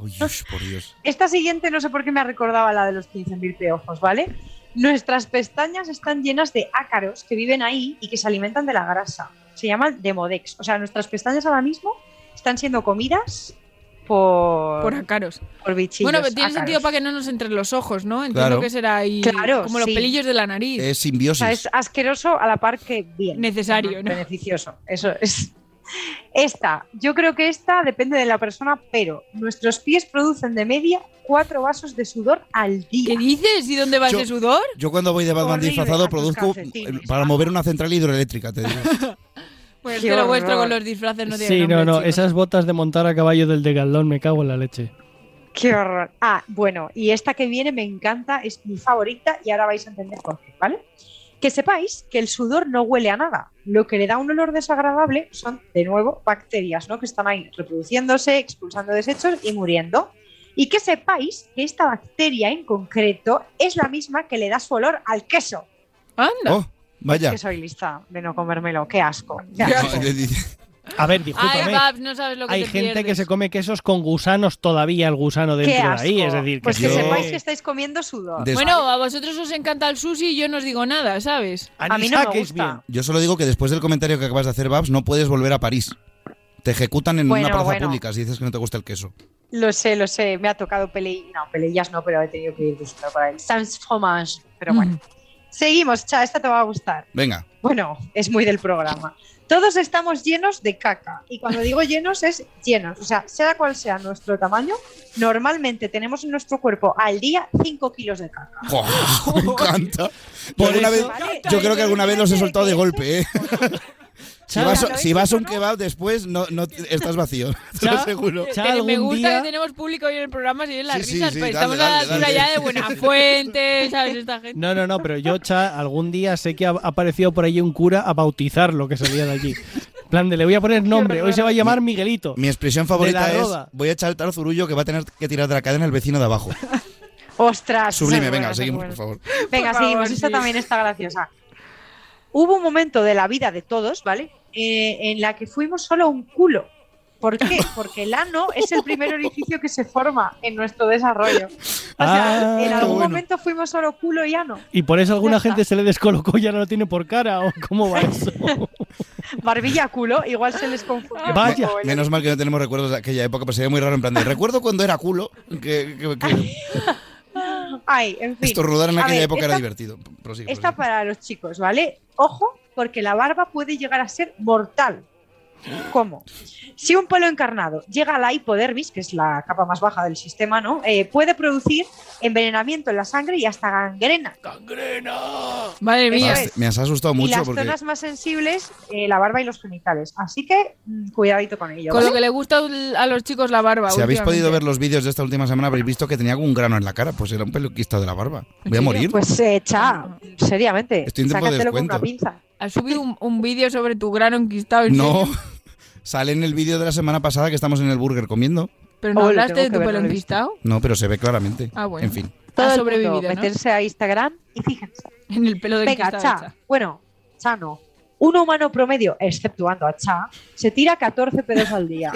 Uy, ush, por Dios. Esta siguiente no sé por qué me recordaba la de los 15.000 peojos, ¿vale? Nuestras pestañas están llenas de ácaros que viven ahí y que se alimentan de la grasa. Se llaman demodex. O sea, nuestras pestañas ahora mismo están siendo comidas por, Por acaros. por bichillos. Bueno, pero tiene ácaros. sentido para que no nos entren los ojos, ¿no? Entiendo Claro. que será ahí Claro, como los sí. pelillos de la Es nariz. O sea, simbiosis. es asqueroso a la par que bien. Necesario, Ajá, ¿no? Beneficioso, eso es. Esta, yo creo que esta depende de la persona, pero nuestros pies producen de media cuatro vasos de sudor al día. ¿Qué dices? ¿Y dónde vas Yo- de sudor? Yo cuando voy de Batman Horrible, disfrazado con tus produzco calcetines, eh, para mover una central hidroeléctrica, te digo. Pues Qué que lo vuestro horror. con los disfraces no tiene Sí, no, nombre, no. chicos. Esas botas de montar a caballo del de Galdón me cago en la leche. Qué horror. Ah, bueno, y esta que viene me encanta, es mi favorita y ahora vais a entender por qué, ¿vale? Que sepáis que el sudor no huele a nada. Lo que le da un olor desagradable son, de nuevo, bacterias, ¿no? Que están ahí reproduciéndose, expulsando desechos y muriendo. Y que sepáis que esta bacteria en concreto es la misma que le da su olor al queso. Anda. Oh, vaya. Que soy lista de no comérmelo. Qué asco. Qué asco. A ver, Ay, discúlpame. Babs, no sabes lo que Hay te gente que pierdes. se come quesos con gusanos todavía, el gusano Qué dentro de asco. ahí. Es decir, pues que yo- sepáis que estáis comiendo sudor. Des- Bueno, a vosotros os encanta el sushi y yo no os digo nada, ¿sabes? A mí no me Anisakis, gusta. bien. Yo solo digo que después del comentario que acabas de hacer, Babs, no puedes volver a París. Te ejecutan en Bueno, una plaza bueno. pública si dices que no te gusta el queso. Lo sé, lo sé. Me ha tocado pelear. No, peleillas no, pero he tenido que ir buscando para él. Sans fromage. Pero bueno. Seguimos, cha. Esta te va a gustar. Venga. Bueno, es muy del programa. Todos estamos llenos de caca. Y cuando digo llenos, es llenos. O sea, sea cual sea nuestro tamaño, normalmente tenemos en nuestro cuerpo al día 5 kilos de caca. Jo, me encanta. Yo, Por alguna eso- vez- yo creo que alguna vez los he soltado de golpe, ¿eh? Si Chao. vas, si vas a un kebab después, no, no te- estás vacío. Te lo Chao. aseguro. Chao, Te- me algún gusta día- que tenemos público hoy en el programa, si es las Sí, sí, risas, sí, pero dale, estamos a la dale, altura dale. ya de Buenafuente, ¿sabes? Esta gente. No, no, no, pero yo, cha, algún día sé que ha aparecido por allí un cura a bautizar lo que salía de allí. En plan de, le voy a poner nombre, hoy se va a llamar Miguelito. Mi expresión favorita De la es: roda. voy a echar el tarro zurullo que va a tener que tirar de la cadena el vecino de abajo. Ostras. Sublime, muy venga, buena, seguimos, muy por favor. buena. Venga, Por favor, seguimos. Esta sí. también está graciosa. Hubo un momento de la vida de todos, ¿vale? Eh, en la que fuimos solo un culo. ¿Por qué? Porque el ano es el primer orificio que se forma en nuestro desarrollo. O sea, Ah, en qué algún bueno. momento fuimos solo culo y ano. Y por eso alguna Ya está. gente se le descolocó y ya no lo tiene por cara, ¿o cómo va eso? Barbilla culo, igual se les confundió. un Vaya. poco el- Menos mal que no tenemos recuerdos de aquella época, pero sería muy raro en plan de, recuerdo cuando era culo, que, que- que Ay, en fin. esto rodar en A aquella ver, época era esta- divertido. Prosigue, Esta para los chicos, ¿vale? Ojo, porque la barba puede llegar a ser mortal. ¿Cómo? Si un pelo encarnado llega a la hipodermis, que es la capa más baja del sistema, ¿no? Eh, puede producir envenenamiento en la sangre y hasta gangrena. ¡Gangrena! Madre prosigue. mía. Ah, Me has asustado Y Ah, mucho las porque zonas más sensibles, eh, la barba y los genitales. Así que mm, cuidadito con ello. Con lo ¿vale? que le gusta a los chicos la barba. si habéis últimamente. podido ver los vídeos de esta última semana habréis visto que tenía algún grano en la cara, pues era un peluquista de la barba. Voy a morir. Pues eh, cha, seriamente. Estoy en tiempo de sácatelo con descuento. una pinza. Has subido un, un vídeo sobre tu grano enquistado. ¿en No, serio? sale en el vídeo de la semana pasada que estamos en el burger comiendo. Pero no Oh, lo hablaste tengo de que tu ver, pelo no lo he enquistado. No, pero se ve claramente. Ah, bueno. En fin. Todo Has el mundo sobrevivido, ¿no? meterse a Instagram y fíjense. En el pelo del Venga, enquistado. Cha. Bueno, Cha no. Un humano promedio, exceptuando a Cha, se tira 14 pedos al día.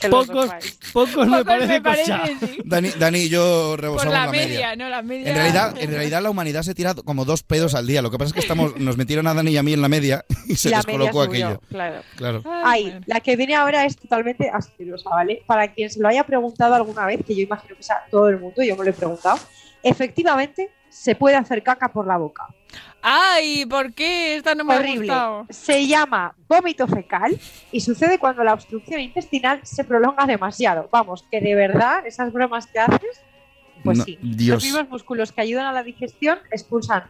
Que lo Pocos, sepáis. pocos me Pocos parece me parece, cocha. sí. Dani, Dani y yo Por rebosamos la la, media, no la media. En realidad, en realidad la humanidad se tira como dos pedos al día. Lo que pasa es que estamos, nos metieron a Dani y a mí en la media y se La media descolocó subió, aquello. Claro. Claro. Ay, la que viene ahora es totalmente asquerosa, ¿vale? Para quien se lo haya preguntado alguna vez, que yo imagino que sea todo el mundo, yo me lo he preguntado, efectivamente se puede hacer caca por la boca. Ay, ¿por qué? Esta no me horrible. ha gustado. Se llama vómito fecal y sucede cuando la obstrucción intestinal se prolonga demasiado. Vamos, que de verdad esas bromas que haces, pues No, sí. Los Dios. mismos músculos que ayudan a la digestión expulsan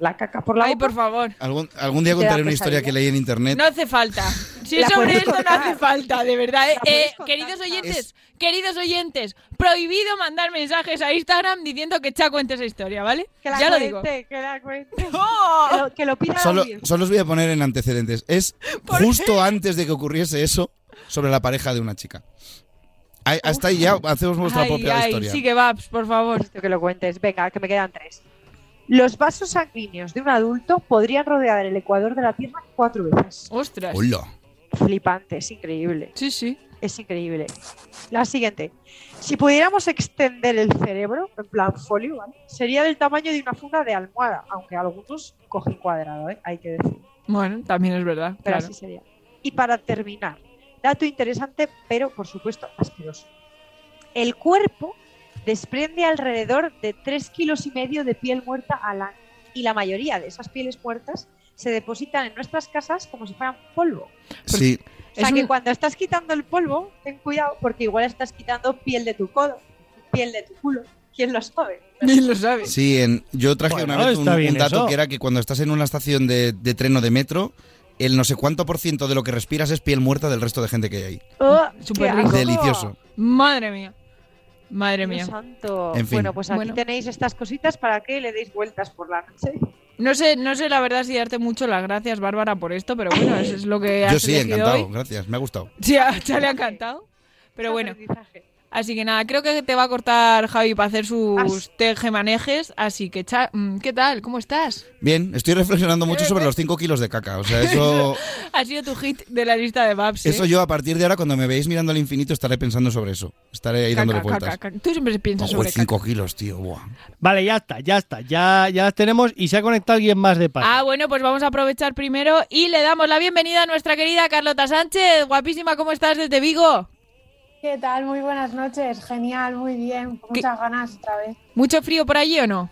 la caca por la Ay, boca. por favor. Algún, algún día Te da contaré una pesadilla. historia que leí en internet. No hace falta. Si La es sobre puedes esto, no cortar. hace falta, de verdad. eh. La puedes Eh, cortar, queridos Cha. oyentes, queridos oyentes, prohibido mandar mensajes a Instagram diciendo que Cha cuente esa historia, ¿vale? Que la ya lo cuente, digo. que la cuente. ¡Oh! Que lo, que lo pida Solo, alguien. solo os voy a poner en antecedentes. Es justo antes de que ocurriese eso sobre la pareja de una chica. Ahí- Hasta ahí ya hacemos vuestra Ay, propia ay, historia. Sí que vaps, por favor. Necesito que lo cuentes. Venga, que me quedan tres. Los vasos sanguíneos de un adulto podrían rodear el ecuador de la Tierra cuatro veces. Ostras. Hola. Flipante, es increíble. Sí, sí. Es increíble. La siguiente. Si pudiéramos extender el cerebro, en plan folio, ¿vale? sería del tamaño de una funda de almohada, aunque algunos cogen cuadrado, ¿eh? hay que decir. Bueno, también es verdad. Pero claro. así sería. Y para terminar, dato interesante, pero por supuesto asqueroso. El cuerpo desprende alrededor de 3 kilos y medio de piel muerta al año. Y la mayoría de esas pieles muertas se depositan en nuestras casas como si fueran polvo. Sí, O sea Es que un- cuando estás quitando el polvo, ten cuidado porque igual estás quitando piel de tu codo, piel de tu culo. ¿Quién lo sabe? Ni lo sabes. sí en- yo traje Bueno, una vez un, está bien un dato eso. que era que cuando estás en una estación de, de tren o de metro, el no sé cuánto por ciento de lo que respiras es piel muerta del resto de gente que hay ahí. ¡Oh, Súper qué rico. asco! Delicioso. Madre mía. Madre Dios mía. santo. En fin. Bueno, pues aquí Bueno. tenéis estas cositas para que le deis vueltas por la noche. No sé, no sé la verdad si darte mucho las gracias, Bárbara, por esto, pero bueno, eso es lo que has Yo sí, elegido encantado. hoy. Gracias, me ha gustado. Sí, a Cha le ha encantado. Pero bueno, así que nada, creo que te va a cortar Javi para hacer sus tejemanejes, así que Cha, mm, ¿qué tal? ¿Cómo estás? Bien, estoy reflexionando mucho sobre los 5 kilos de caca. O sea, eso, Ha sido tu hit de la lista de Babs. ¿eh? eso yo a partir de ahora, cuando me veáis mirando al infinito, estaré pensando sobre eso. Estaré ahí Caca, dándole caca, vueltas. caca. Tú siempre piensas sobre caca. 5 kilos, tío. Buah. Vale, ya está, ya está, ya, ya las tenemos y se ha conectado alguien más de paz. Ah, bueno, pues vamos a aprovechar primero y le damos la bienvenida a nuestra querida Carlota Sánchez. Guapísima, ¿cómo estás desde Vigo? ¿Qué tal? Muy buenas noches. Genial, muy bien. Con ¿Qué- Muchas ganas otra vez. ¿Mucho frío por allí o no?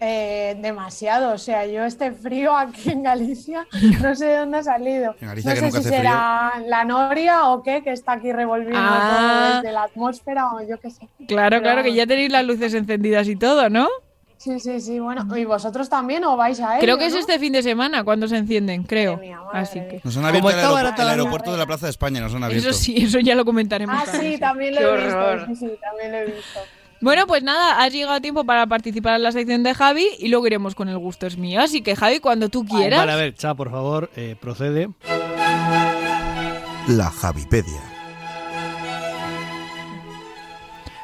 Eh, demasiado, o sea, yo este frío aquí en Galicia no sé de dónde ha salido. En Galicia no que sé nunca si hace será la noria o qué, que está aquí revolviendo Ah. todo desde la atmósfera o yo qué sé. Claro, Pero claro, que vamos. ya tenéis las luces encendidas y todo, ¿no? Sí, sí, sí. Bueno, ¿y vosotros también o vais a ello, Creo que es no? este fin de semana cuando se encienden, creo. Así que. Nos han abierto Como el, está aeropu- barata el la aeropuerto de la Plaza de España. Nos han abierto. Eso sí, eso ya lo comentaremos. Ah, también. sí, también lo Qué he visto. horror. Sí, sí, también lo he visto. Bueno, pues nada, has llegado a tiempo para participar en la sección de Javi y luego iremos con el gusto es mío. Así que Javi, cuando tú quieras. Vale, a ver, Cha, por favor, eh, procede. La Javipedia.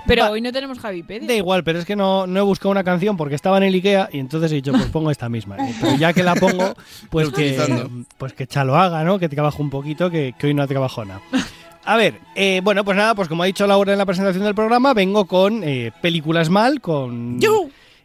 Pero hoy no tenemos Javipedia. Da igual, pero es que no, no he buscado una canción porque estaba en el Ikea y entonces he dicho, pues pongo esta misma. Eh, Pero ya que la pongo, pues que, Utilizando. pues que Chalo haga, ¿no? Que trabajo un poquito, que, que hoy no ha trabajado nada. A ver, eh, bueno, pues nada, pues como ha dicho Laura en la presentación del programa, vengo con eh, películas mal, con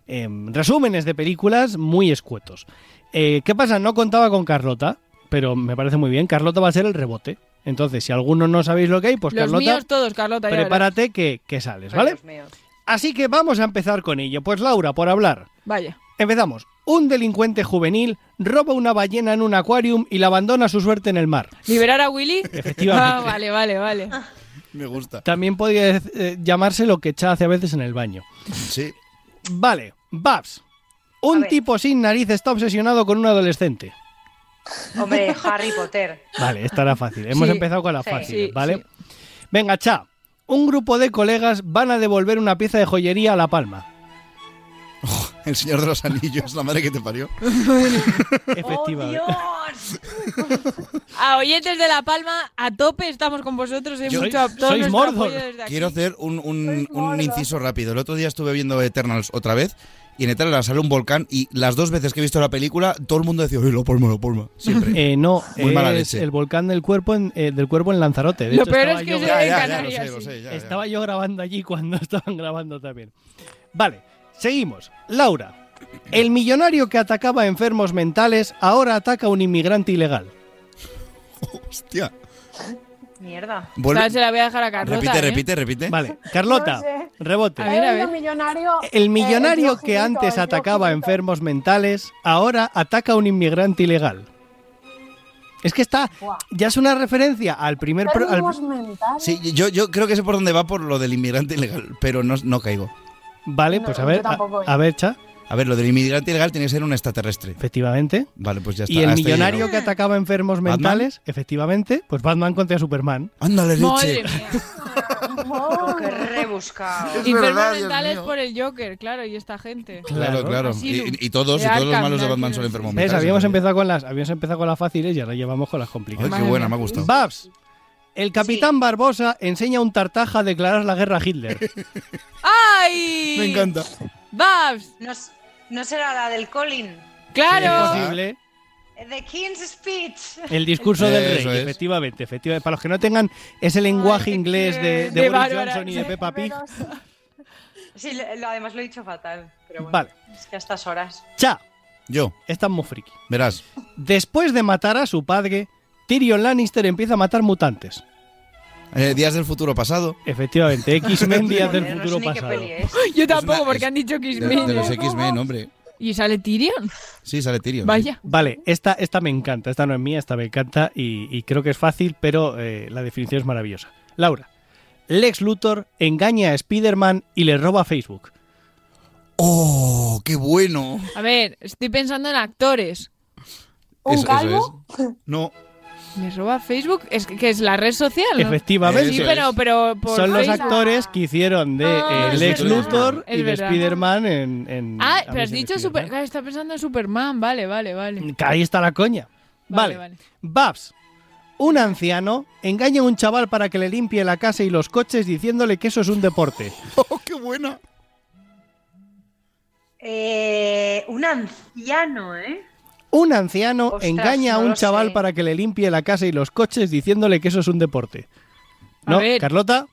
em, resúmenes de películas muy escuetos. Eh, ¿Qué pasa? No contaba con Carlota, pero me parece muy bien. Carlota va a ser el rebote. Entonces, si alguno no sabéis lo que hay, pues Los Carlota, míos todos, Carlota. ya verás. prepárate que, que sales, Pues ¿vale? Ay, Dios mío. Así que vamos a empezar con ello. Pues Laura, por hablar. Vaya. Empezamos. Un delincuente juvenil roba una ballena en un aquarium y la abandona a su suerte en el mar. ¿Liberar a Willy? Efectivamente. Ah, vale, vale, vale. Me gusta. También podría eh, llamarse lo que echa hace a veces en el baño. Sí. Vale, Babs. Un tipo sin nariz está obsesionado con un adolescente. Hombre, Harry Potter. Vale, esta era fácil. Hemos Sí, empezado con la sí, fácil, sí, ¿vale? Venga, cha. Un grupo de colegas van a devolver una pieza de joyería a La Palma. El Señor de los Anillos, la madre que te parió. Pues Efectivamente. A oyentes de La Palma, a tope estamos con vosotros. Hay Yo- mucho todo nuestro apoyo desde aquí. Quiero hacer un, un- un inciso rápido. El otro día estuve viendo Eternals otra vez y en Eternals sale un volcán y las dos veces que he visto la película todo el mundo decía, ¡Uy, lo polma, lo polma! Siempre. Eh, no, Muy mala es leche. el volcán del cuerpo en, eh, del cuerpo en Lanzarote. De Lo hecho, peor estaba es yo que grabando- soy de Canarias. sí. Estaba yo grabando allí cuando estaban grabando también. Vale, seguimos. Laura, el millonario que atacaba a enfermos mentales ahora ataca a un inmigrante ilegal. Hostia. Mierda. Vuelve- Esta se la voy a dejar a Carlota. repite, ¿eh? repite, repite. Vale, Carlota, No sé. rebote. Yo he oído millonario, El eh, millonario el que rojito, antes el atacaba a enfermos mentales ahora ataca a un inmigrante ilegal. Es que está, ya es una referencia al primer... pro- al- Enfermos mentales. Sí, yo, yo creo que sé por dónde va por lo del inmigrante ilegal, pero no, no caigo. Vale, No, pues a yo ver, a, tampoco, eh. a ver, Cha, A ver, lo del inmigrante ilegal tiene que ser un extraterrestre. efectivamente. Vale, pues ya está. Y el hasta ahí millonario llego. que atacaba enfermos ¿Batman? mentales, efectivamente, pues Batman contra Superman. Ándale, Madre leche. mía. Oh, qué rebuscado. Enfermos mentales por el Joker, claro, y esta gente. Claro, claro. Asylum. Y, y todos, y De todos los Arkham, malos de ¿no? Batman son enfermos. ¿Ves? mentales, Habíamos ¿no? empezado, con las, habíamos empezado con las fáciles y ahora llevamos con las complicadas. Ay, qué buena, me ha gustado. Babs, el capitán Barbosa enseña a un tartaja a declarar la guerra a Hitler. ¡Ay! ¡Babs! No, s- no será la del Colin. ¡Claro! Es posible. The King's Speech. El discurso del rey, Eso es. efectivamente, efectivamente. Para los que no tengan ese lenguaje inglés de, de De Boris Bárbara, Johnson y de Peppa Pig. Sí, lo- lo- además lo he dicho fatal. Pero bueno, Vale. es que a estas horas. Cha, Yo, estás muy friki. verás. Después de matar a su padre, Tyrion Lannister empieza a matar mutantes. Eh, días del futuro pasado. Efectivamente, X-Men Días del Joder, no sé Futuro ni qué Pasado. peli es. Yo tampoco, porque es han dicho que De, de los es X-Men, hombre. ¿Y sale Tyrion? Sí, sale Tyrion. Vaya. Vale, esta, esta me encanta, esta no es mía, esta me encanta y, y creo que es fácil, pero eh, la definición es maravillosa. Laura, Lex Luthor engaña a Spider-Man y le roba Facebook. ¡Oh, qué bueno! A ver, estoy pensando en actores. ¿Un Eso- eso calvo? es. No, ¿Me roba Facebook? ¿Es que, que es la red social? ¿no? Efectivamente. Sí, pero, pero por Son los Facebook. actores que hicieron de Ah, eh, es Lex verdad. Luthor Es y de verdad. Spider-Man en, en Ah, pero has Amazing dicho Super... Spider-Man. Claro, está pensando en Superman. Vale, vale, vale. Que Ahí está la coña. Vale. Vale, vale. Babs, un anciano engaña a un chaval para que le limpie la casa y los coches diciéndole que eso es un deporte. ¡Oh, qué buena! Eh, un anciano, ¿eh? Un anciano Ostras, engaña a no un lo chaval sé. para que le limpie la casa y los coches diciéndole que eso es un deporte. A ¿No? ver. Carlota,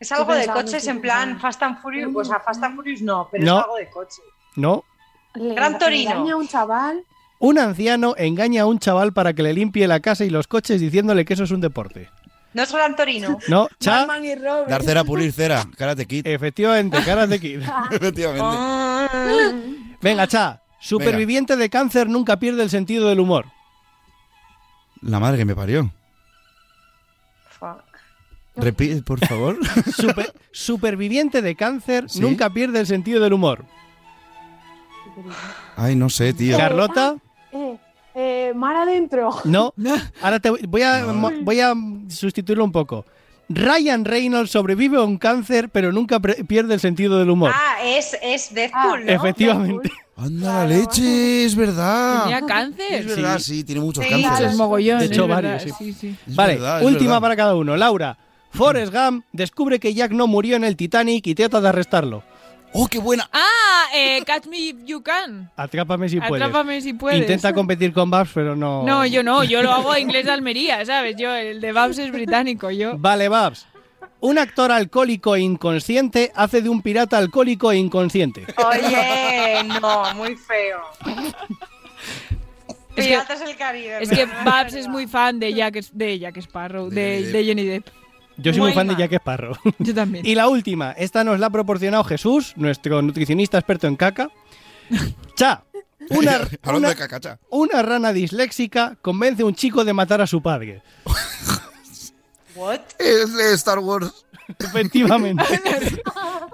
Es algo Estoy de pensando, coches estoy en plan Fast and Furious. Pues O sea, Fast and Furious no, pero No. es algo de coches. no. Le Gran le Torino. engaña a un chaval. Un anciano engaña a un chaval para que le limpie la casa y los coches diciéndole que eso es un deporte. No es Gran Torino. ¿No? Cha, Batman y Robin. Dar cera, pulir cera. Karate Kid. efectivamente, caras de kid. Ah. Efectivamente. Venga, Cha, superviviente de cáncer nunca pierde el sentido del humor. La madre que me parió. Fuck. Repite, por favor. Super- superviviente de cáncer ¿Sí? nunca pierde el sentido del humor. Ay, no sé, tío. Carlota, Eh, eh, mar adentro. no. Ahora te voy, voy a, mo- voy a sustituirlo un poco. Ryan Reynolds sobrevive a un cáncer, pero nunca pre- pierde el sentido del humor. Ah, es, es Ah, Deadpool, ¿no? Efectivamente. ¡Anda, la leche! ¡Es verdad! Tenía cáncer. Es verdad, sí, tiene muchos Sí. Muchos cánceres. mogollones. De hecho, ¿eh? es verdad, varios, sí. sí, sí. Es Vale, verdad, es última verdad. para cada uno. Laura, Forrest Gump descubre que Jack no murió en el Titanic y trata de arrestarlo. ¡Oh, qué buena! Ah, eh, Catch Me If You Can. Atrápame si puedes. Atrápame si puedes. Intenta competir con Babs, pero no. No, yo no, yo lo hago inglés de Almería, ¿sabes? Yo, el de Babs es británico, yo. Vale, Babs. Un actor alcohólico e inconsciente hace de un pirata alcohólico e inconsciente. Oye, no, muy feo. Es que- Piratas del Caribe. Es que pero no Babs verdad. es muy fan de Jack, de Jack Sparrow, de, Depp. de Johnny Depp. Yo soy muy, Muy fan mal. de Jack Sparrow. Yo también. Y la última, esta nos la ha proporcionado Jesús, nuestro nutricionista experto en caca. Cha, una, Hablando de una- caca, cha. una rana disléxica convence a un chico de matar a su padre. What? Es de Star Wars. Efectivamente.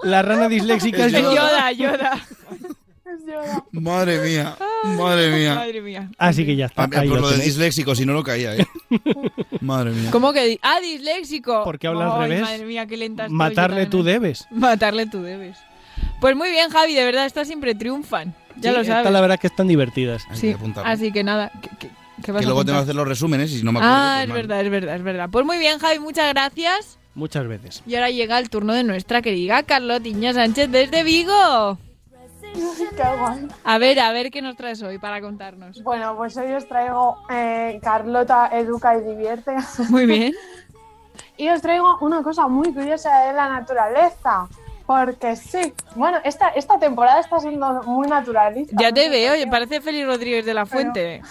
La rana disléxica es Es Yoda, Yoda. Yoda. Madre mía, madre mía. Madre mía. Así que ya está. Ah, mira, ahí por lo lo de tenéis. disléxico, si no, no caía, ¿eh? Madre mía. ¿Cómo que? di- Ah, disléxico. ¿Por qué habla al Ay, revés? Madre mía, qué lenta estoy yo Matarle también. ¿eh? tú ¿eh? debes. Matarle tú debes. Pues muy bien, Javi, de verdad, estas siempre triunfan. Ya Sí, lo sabes. Esta la verdad es que están divertidas. Sí, así que nada. ¿qué- qué- qué vas Que a luego apuntar? tengo que hacer los resúmenes y si no me acuerdo. ah, pues es mal. verdad, es verdad, es verdad. Pues muy bien, Javi, muchas gracias. Muchas veces. Y ahora llega el turno de nuestra querida Carlotiña Sánchez desde Vigo. Qué guay. A ver, a ver qué nos traes hoy para contarnos. Bueno, pues hoy os traigo eh, Carlota Educa y Divierte. Muy bien. y os traigo una cosa muy curiosa de la naturaleza. Porque sí, bueno, esta, esta temporada está siendo muy naturalista. Ya te veo, oye, parece Félix Rodríguez de la Fuente.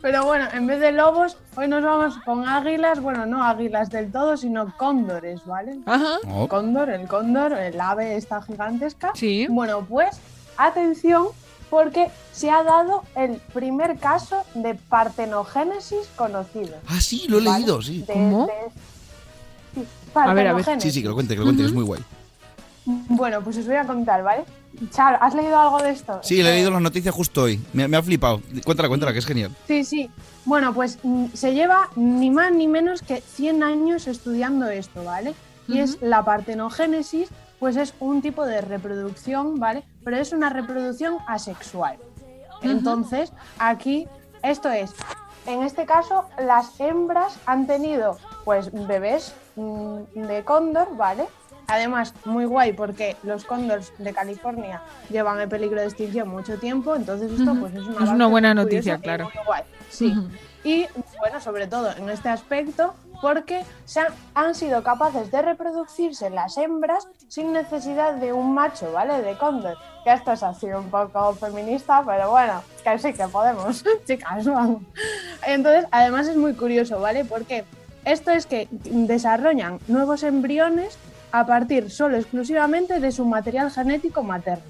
Pero bueno, en vez de lobos, hoy nos vamos con águilas, bueno, no águilas del todo, sino cóndores, ¿vale? Ajá. Oh. El cóndor, el cóndor, el ave esta gigantesca. Sí. Bueno, pues atención porque se ha dado el primer caso de partenogénesis conocido. Ah, sí, lo he leído, sí. De- ¿Cómo? de- sí, A ver, a ver. Sí, partenogénesis. sí, que lo cuente, que lo cuente, que es muy guay. Bueno, pues os voy a contar, ¿vale? Charo, ¿has leído algo de esto? Sí, le he leído las noticias justo hoy. Me, me ha flipado. Cuéntala, cuéntala, que es genial. Sí, sí. Bueno, pues mm, se lleva ni más ni menos que 100 años estudiando esto, ¿vale? Y es la partenogénesis, pues es un tipo de reproducción, ¿vale? Pero es una reproducción asexual. Entonces, aquí, esto es, en este caso, las hembras han tenido, pues, bebés mm, de cóndor, ¿vale? Además, muy guay porque los cóndors de California llevan el peligro de extinción mucho tiempo, entonces esto Ujú. pues es Es una, una buena muy noticia, curiosa y claro. muy guay. Sí. Y bueno, sobre todo en este aspecto, porque se han, han sido capaces de reproducirse las hembras sin necesidad de un macho, ¿vale? De cóndor. Que esto es así un poco feminista, pero bueno, que sí que podemos, chicas, vamos. Entonces, además es muy curioso, ¿vale? Porque esto es que desarrollan nuevos embriones a partir solo exclusivamente de su material genético materno.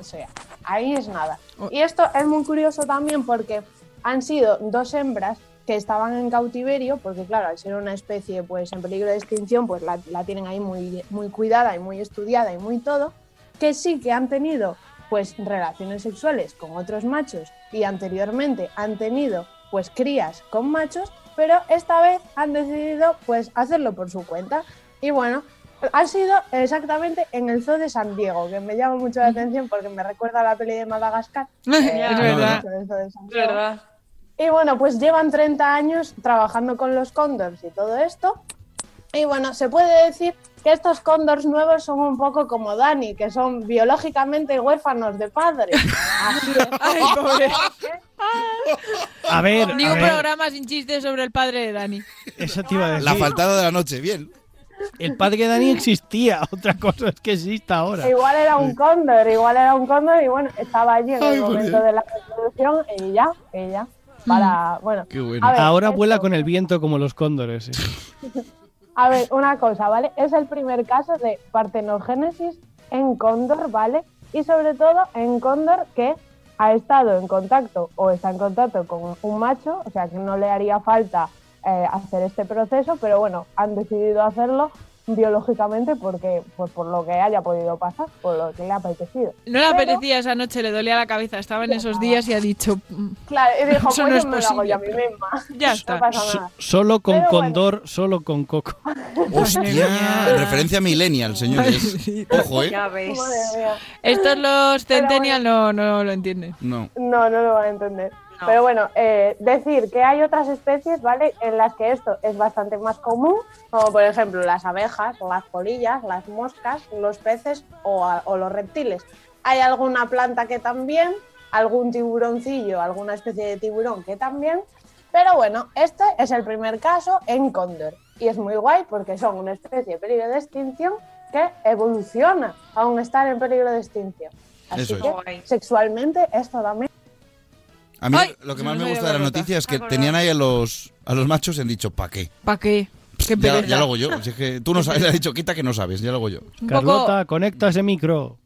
O sea, ahí es nada. Y esto es muy curioso también porque han sido dos hembras que estaban en cautiverio, porque claro, al ser una especie pues en peligro de extinción, pues la, la tienen ahí muy, muy cuidada y muy estudiada y muy todo, que sí que han tenido pues relaciones sexuales con otros machos y anteriormente han tenido pues crías con machos, pero esta vez han decidido pues hacerlo por su cuenta. Y bueno, ha sido exactamente en el zoo de San Diego, que me llama mucho la atención porque me recuerda a la peli de Madagascar. Es verdad. en el zoo de San Es verdad. y bueno, pues llevan 30 años trabajando con los cóndors y todo esto. Y bueno, se puede decir que estos cóndors nuevos son un poco como Dani, que son biológicamente huérfanos de padre. Así es. Ay, pobre. A ver, Ni a un ver, programa sin chistes sobre el padre de Dani. eso te iba a decir. La faltada de la noche, bien. El padre de Dani existía, otra cosa es que exista ahora. Igual era un cóndor, igual era un cóndor y bueno, estaba allí en Ay, el por momento Dios. Mm. de la reproducción y ya, y ya. Para, bueno, A ver, Ahora esto- vuela con el viento como los cóndores. eh. A ver, una cosa, ¿vale? Es el primer caso de partenogénesis en cóndor, ¿vale? Y sobre todo en cóndor que ha estado en contacto o está en contacto con un macho, o sea que no le haría falta eh, hacer este proceso, pero bueno, han decidido hacerlo biológicamente porque pues por lo que haya podido pasar, por lo que le ha apetecido. No le Pero- apetecía esa noche, le dolía la cabeza. Estaba en esos días y ha dicho. "Mm, Claro, y dijo, Eso pues no es yo me lo hago yo a mí posible". misma. Ya No está. pasa nada. Solo con Pero bueno. Condor, solo con Coco. Hostia, referencia millennial, señores. Ojo, ¿eh? Ya ves. Madre mía. Estos los Centennial no, no lo entienden. No. No, no lo van a entender. Pero bueno, eh, decir que hay otras especies, ¿vale? En las que esto es bastante más común, como por ejemplo las abejas, las polillas, las moscas, los peces o, a- o los reptiles. Hay alguna planta que también, algún tiburoncillo, alguna especie de tiburón que también. Pero bueno, este es el primer caso en cóndor. Y es muy guay porque son una especie en peligro de extinción que evoluciona aún estar en peligro de extinción. Así Eso es. que sexualmente es totalmente A mí Ay, lo que más no me me gusta de había la dado noticia es que Ah, tenían ahí a los, a los machos y han dicho, ¿pa' qué? ¿Para qué? Ya, Qué pereza. ya lo hago yo. Si es que tú no sabes, le has dicho, quita que no sabes, ya lo hago yo. Un poco- Carlota, conecta ese micro.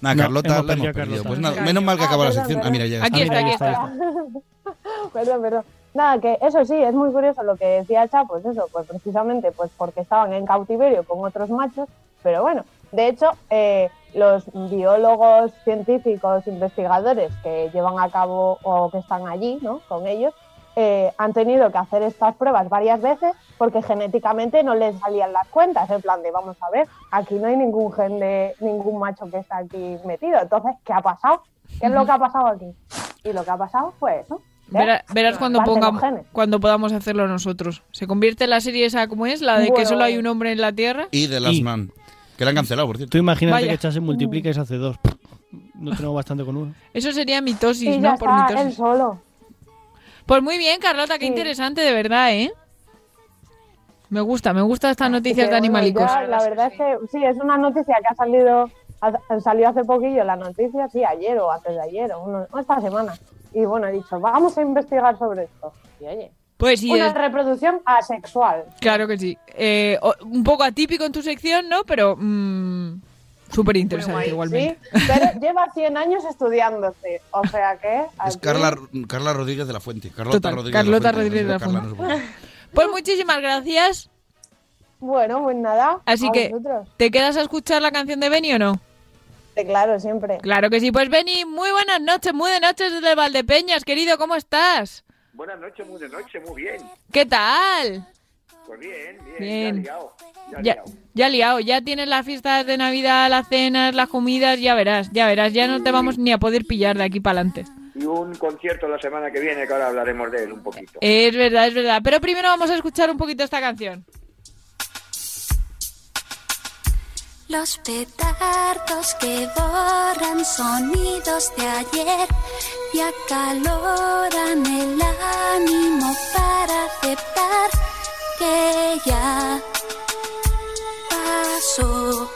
Nah, No, Carlota, hemos la hemos perdido a perdido. Carlota. Pues nada, menos mal que acaba la perdón, sección. Ah, mira, ya perdón. está. perdón, perdón. Nada, que eso sí, es muy curioso lo que decía Cha, pues eso, pues precisamente pues porque estaban en cautiverio con otros machos, pero bueno, de hecho, eh, los biólogos, científicos, investigadores que llevan a cabo o que están allí, ¿no? Con ellos, eh, han tenido que hacer estas pruebas varias veces porque genéticamente no les salían las cuentas, en plan de, vamos a ver, aquí no hay ningún gen de ningún macho que está aquí metido, entonces, ¿qué ha pasado? ¿Qué es lo que ha pasado aquí? Y lo que ha pasado fue eso. ¿eh? Verá- verás cuando Parte de los pongamos, genes. cuando podamos hacerlo nosotros. Se convierte la serie esa como es, la de que Bueno. eh. solo hay un hombre en la Tierra. Y The Last Man. Que la han cancelado, por cierto. Tú imagínate Vaya. que echas y multipliques hace dos. No tengo bastante con uno. Eso sería mitosis, Y ¿no? ya Por está, mitosis. él solo. Pues muy bien, Carlota, qué interesante, de verdad, ¿eh? Me gusta, me gusta estas noticias Que, de bueno, animalicos. ya, la verdad es que sí, es una noticia que ha salido, ha- salió hace poquillo la noticia, sí, ayer o antes de ayer, o uno- o esta semana. Y bueno, he dicho, vamos a investigar sobre esto. Y oye, Pues sí, una es- reproducción asexual. claro que sí. Eh, o- un poco atípico en tu sección, ¿no? Pero mm, súper interesante igualmente. Sí, pero lleva 100 años estudiándose, o sea que... Es aquí- Carla, Carla Rodríguez de la Fuente. Carlota Total, Rodríguez Carlota de la Fuente. Rodríguez de la Carla, no sé por qué. Pues muchísimas gracias. Bueno, pues nada. Así a que, vosotros. ¿te quedas a escuchar la canción de Beni o no? Sí, Claro, siempre. Claro que sí. Pues Beni, muy buenas noches, muy de noches desde Valdepeñas, querido, ¿cómo estás? Buenas noches, muy de noche, muy bien. ¿Qué tal? Pues bien, bien, Bien. ya liado. Ya, Ya, liado. ya liado, ya tienes las fiestas de Navidad, las cenas, las comidas, ya verás, ya verás, ya no te vamos ni a poder pillar de aquí para adelante. Y un concierto la semana que viene, que ahora hablaremos de él un poquito. Es verdad, es verdad. Pero primero vamos a escuchar un poquito esta canción. Los petardos que borran sonidos de ayer y acaloran el ánimo para aceptar que ya pasó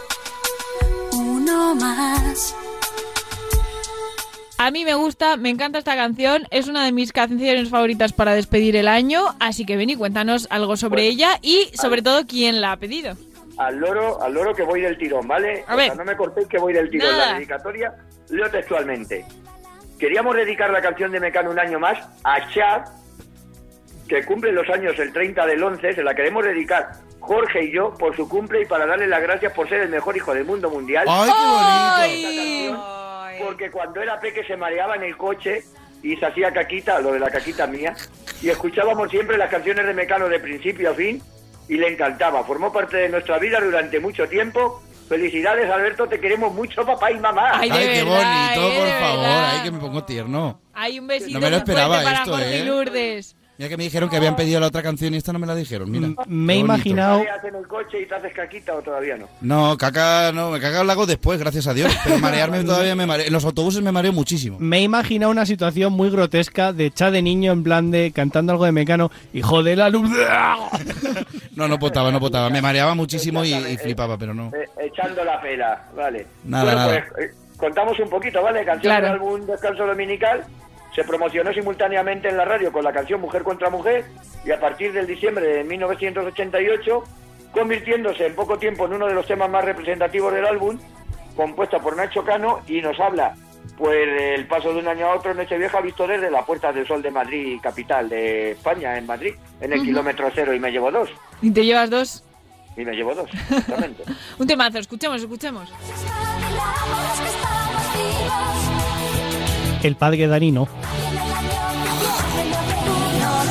uno más. A mí me gusta, me encanta esta canción, es una de mis canciones favoritas para despedir el año, así que ven y cuéntanos algo sobre ella y sobre todo quién la ha pedido. Al loro, al loro que voy del tirón, ¿vale? A O ver. sea, no me cortéis que voy del tirón. Nada. La dedicatoria leo textualmente. Queríamos dedicar la canción de Mecano un año más a Chad, que cumple los años el 30 del 11. Se la queremos dedicar Jorge y yo por su cumple y para darle las gracias por ser el mejor hijo del mundo mundial. ¡Ay, qué Porque cuando era peque se mareaba en el coche y se hacía caquita, lo de la caquita mía, y escuchábamos siempre las canciones de Mecano de principio a fin y le encantaba. Formó parte de nuestra vida durante mucho tiempo. Felicidades, Alberto, te queremos mucho, papá y mamá. Ay, de Ay, qué verdad, bonito, eh, por de favor. verdad. Ay, que me pongo tierno. Hay un besito No me lo muy fuerte esperaba para esto, Jorge ¿eh? Lourdes. Ya que me dijeron que habían pedido la otra canción y esta no me la dijeron, mira. Mm, me he Qué bonito. imaginado- ¿Mareas en el coche y te haces caquita o todavía no? No, caca, no, me caca el lago después, gracias a Dios. Pero marearme todavía me mareo. En los autobuses me mareo muchísimo. Me he imaginado una situación muy grotesca de Cha de niño en plan de cantando algo de mecano. Hijo de la luz. No, no potaba, no potaba. Me mareaba muchísimo y, y flipaba, pero no. Eh, echando la pela, vale. Nada, nada. pues, eh, contamos un poquito, ¿vale? Canción Claro. del álbum Descanso Dominical se promocionó simultáneamente en la radio con la canción Mujer contra Mujer y a partir del diciembre de 1988, convirtiéndose en poco tiempo en uno de los temas más representativos del álbum, compuesta por Nacho Cano y nos habla, pues, el paso de un año a otro, Nochevieja visto desde la Puerta del Sol de Madrid, capital de España, en Madrid, en el Ujú. kilómetro cero y me llevo dos, Y te llevas dos. y me llevo dos. Un temazo, escuchemos, escuchemos. El padre Danino. Uno, dos,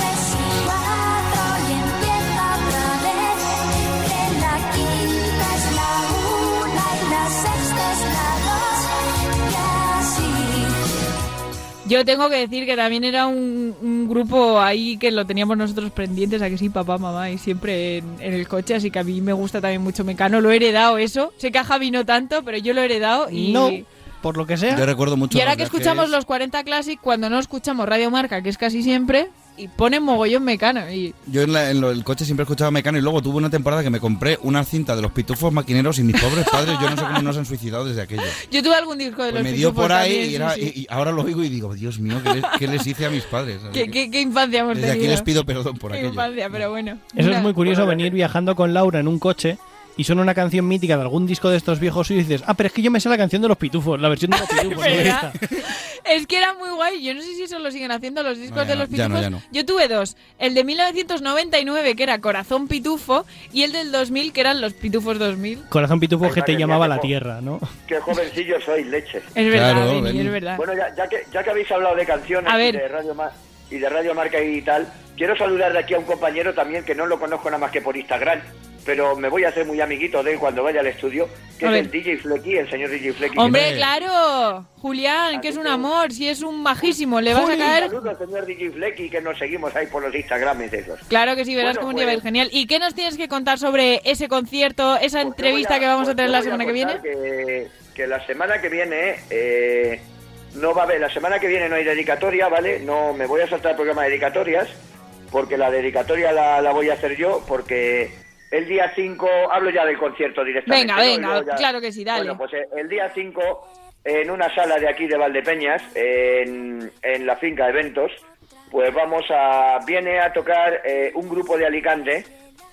tres y cuatro y empieza otra vez. Que la quinta es la una y la sexta es la dos y así. Yo tengo que decir que también era un, un grupo ahí que lo teníamos nosotros pendientes, a que sí, papá, mamá, y siempre en, en el coche, así que a mí me gusta también mucho Mecano, lo he heredado eso. Sé que a Javi no tanto, pero yo lo he heredado y... No, por lo que sea. Yo recuerdo mucho Y ahora los que viajes- escuchamos los 40 Classic, cuando no escuchamos Radio Marca, que es casi siempre, y ponen mogollón Mecano, y Yo en, la- en lo- el coche siempre escuchaba Mecano y luego tuve una temporada que me compré una cinta de los pitufos maquineros y mis pobres padres, yo no sé cómo no se han suicidado desde aquello. Yo tuve algún disco de Pues los me dio Pitufos por ahí también, y, sí, era- sí. y- y ahora lo oigo y digo, Dios mío, ¿qué les, qué les hice a mis padres? Así ¿Qué, que qué- qué infancia hemos desde aquí tenido? les pido perdón por Qué aquello. infancia, pero bueno. Eso Una- es muy curioso, venir viajando con Laura en un coche y suena una canción mítica de algún disco de estos viejos y dices, ah, pero es que yo me sé la canción de los pitufos, la versión de los pitufos. ¿no? ¿Verdad? Es que era muy guay. Yo no sé si eso lo siguen haciendo los discos No, ya de no, los ya pitufos. no, ya Yo tuve dos. El de 1999, que era Corazón Pitufo, y el del 2000, que eran los Pitufos 2000. Corazón pitufo que te madre mía, llamaba qué la jo- tierra, ¿no? Qué jovencillo soy, leche. Es verdad, Claro, Beni, Beni. es verdad. Bueno, ya, ya que, ya que habéis hablado de canciones A y ver. de, radio Mar- y de Radio Marca y tal, quiero saludar de aquí a un compañero también que no lo conozco nada más que por Instagram, pero me voy a hacer muy amiguito de él cuando vaya al estudio, que A es ver. el DJ Flecky, el señor DJ Flecky. Hombre, claro. Julián, que es un amor, si es un majísimo. Le vas a caer. Saludos, señor DJ Flecky, que nos seguimos ahí por los Instagrames esos. Claro que sí, verás Bueno, cómo pues, lleva el genial. ¿Y qué nos tienes que contar sobre ese concierto, esa Yo voy entrevista a- que vamos a pues tener yo la voy semana que viene? contar Que, que la semana que viene eh, no va a haber, la semana que viene no hay dedicatoria, ¿vale? No me voy a saltar el programa de dedicatorias, porque la dedicatoria la, la voy a hacer yo, porque el día 5, hablo ya del concierto directamente. Venga, ¿no? Y venga, luego ya- claro que sí, dale. Bueno, pues eh, el día 5, en una sala de aquí de Valdepeñas, en, en la finca Eventos, pues vamos a. Viene a tocar eh, un grupo de Alicante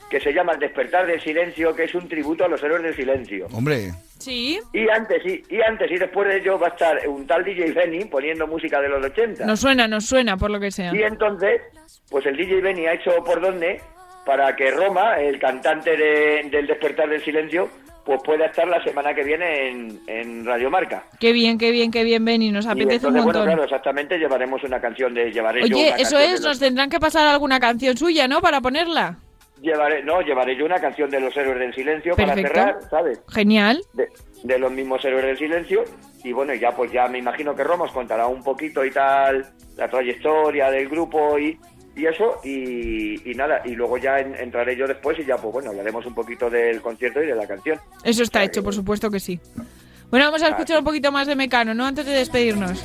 que se llama El Despertar del Silencio, que es un tributo a los héroes del silencio. Hombre, Sí. Y antes y, y antes y después de ello va a estar un tal DJ Benny poniendo música de los 80. Nos suena, nos suena, por lo que sea. Y entonces, pues el DJ Benny ha hecho por dónde para que Roma, el cantante de- del Despertar del Silencio, pues pueda estar la semana que viene en, en Radio Marca. Qué bien, qué bien, qué bien, Beni. Nos Y apetece entonces, un montón. bueno, claro, exactamente llevaremos una canción de llevaré yo Oye, una eso canción de es, los- nos tendrán que pasar alguna canción suya, ¿no? Para ponerla. llevaré no llevaré yo una canción de los héroes del silencio Perfecto. para cerrar, ¿sabes? Genial. de, de los mismos héroes del silencio y bueno ya pues ya me imagino que Roma os contará un poquito y tal la trayectoria del grupo y, y eso y, y nada y luego ya en- entraré yo después y ya pues bueno hablaremos un poquito del concierto y de la canción Eso está hecho, por supuesto que sí. Bueno, vamos a escuchar un poquito más de Mecano, ¿no? Antes de despedirnos.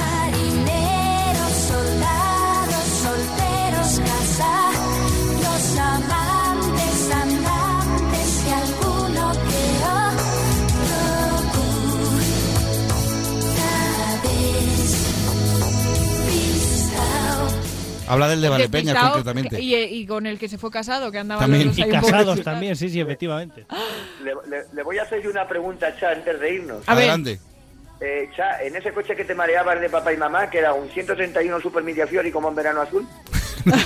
Marineros, soldados, solteros, casa, los amantes, andantes que alguno quedó procura despistado. habla del de Valepeña Despistado, concretamente. Y, eh, y con el que se fue casado, que andaba También. Y casados también, sí, sí, efectivamente. le, le- le voy a hacer yo una pregunta a Cha antes de irnos Adelante. Eh, Cha en ese coche que te mareabas de papá y mamá que era un 131 Super Media Fiori como en verano azul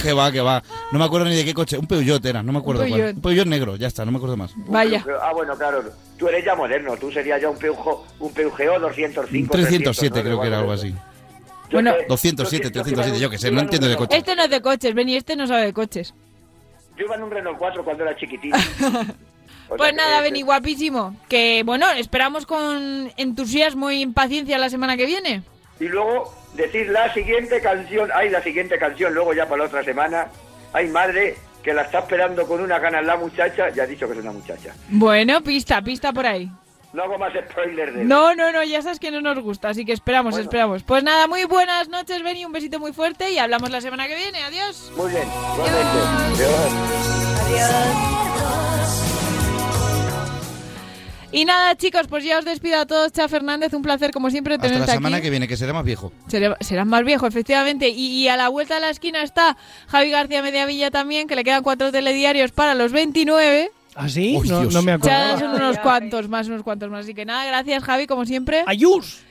que va, que va. No me acuerdo ni de qué coche. Un Peugeot era, no me acuerdo cuál. Peugeot. Un Peugeot negro, ya está, no me acuerdo más. Vaya. ah bueno claro tú eres ya moderno tú serías ya un Peugeot un Peugeot 205 307 creo 309, que era algo bueno, así. Bueno. 207, 307, yo que sé, no entiendo de coche. Este no es de coches, Beni, este no sabe de coches. Yo iba en un Renault 4 cuando era chiquitito. Pues nada, Beni, guapísimo. Que bueno, esperamos con entusiasmo y impaciencia la semana que viene. Y luego decir la siguiente canción, ay, la siguiente canción, luego ya para la otra semana. Ay, madre, que la está esperando con una gana la muchacha, ya ha dicho que es una muchacha. Bueno, pista, pista por ahí. No hago más spoiler de No, no, no, ya sabes que no nos gusta, así que esperamos, esperamos. Pues nada, muy buenas noches, Beni, un besito muy fuerte y hablamos la semana que viene. Adiós. Muy bien, igualmente. Adiós. Y nada, chicos, pues ya os despido a todos. Cha Fernández, un placer como siempre Hasta la tenerte semana aquí. que viene, que será más viejo. Será- serás más viejo, efectivamente. Y, y a la vuelta de la esquina está Javi García Mediavilla también, que le quedan cuatro telediarios para los 29. ¿Ah, sí? No, no me Ya acuerdo. son unos cuantos más, unos cuantos más. Así que nada, gracias Javi, como siempre.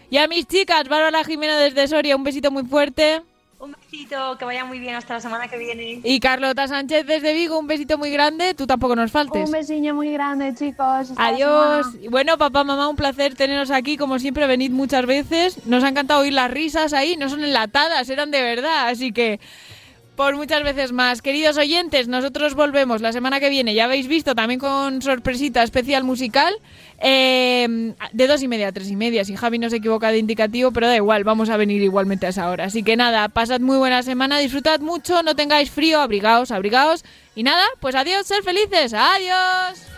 Y a mis chicas, Bárbara Jimena desde Soria, un besito muy fuerte. Un besito, que vaya muy bien hasta la semana que viene. Y Carlota Sánchez desde Vigo, un besito muy grande. Tú tampoco nos faltes. Un besillo muy grande, chicos. Hasta la Adiós. semana. Y Bueno, papá, mamá, un placer teneros aquí. Como siempre, venid muchas veces. Nos ha encantado oír las risas ahí. No son enlatadas, eran de verdad. Así que por muchas veces más. Queridos oyentes, nosotros volvemos la semana que viene. Ya habéis visto también con sorpresita especial musical. eh, de dos y media a tres y media, si Javi no se equivoca de indicativo, pero da igual, vamos a venir igualmente a esa hora. Así que nada, pasad muy buena semana, disfrutad mucho, no tengáis frío, abrigaos, abrigaos. Y nada, pues adiós, ser felices, adiós.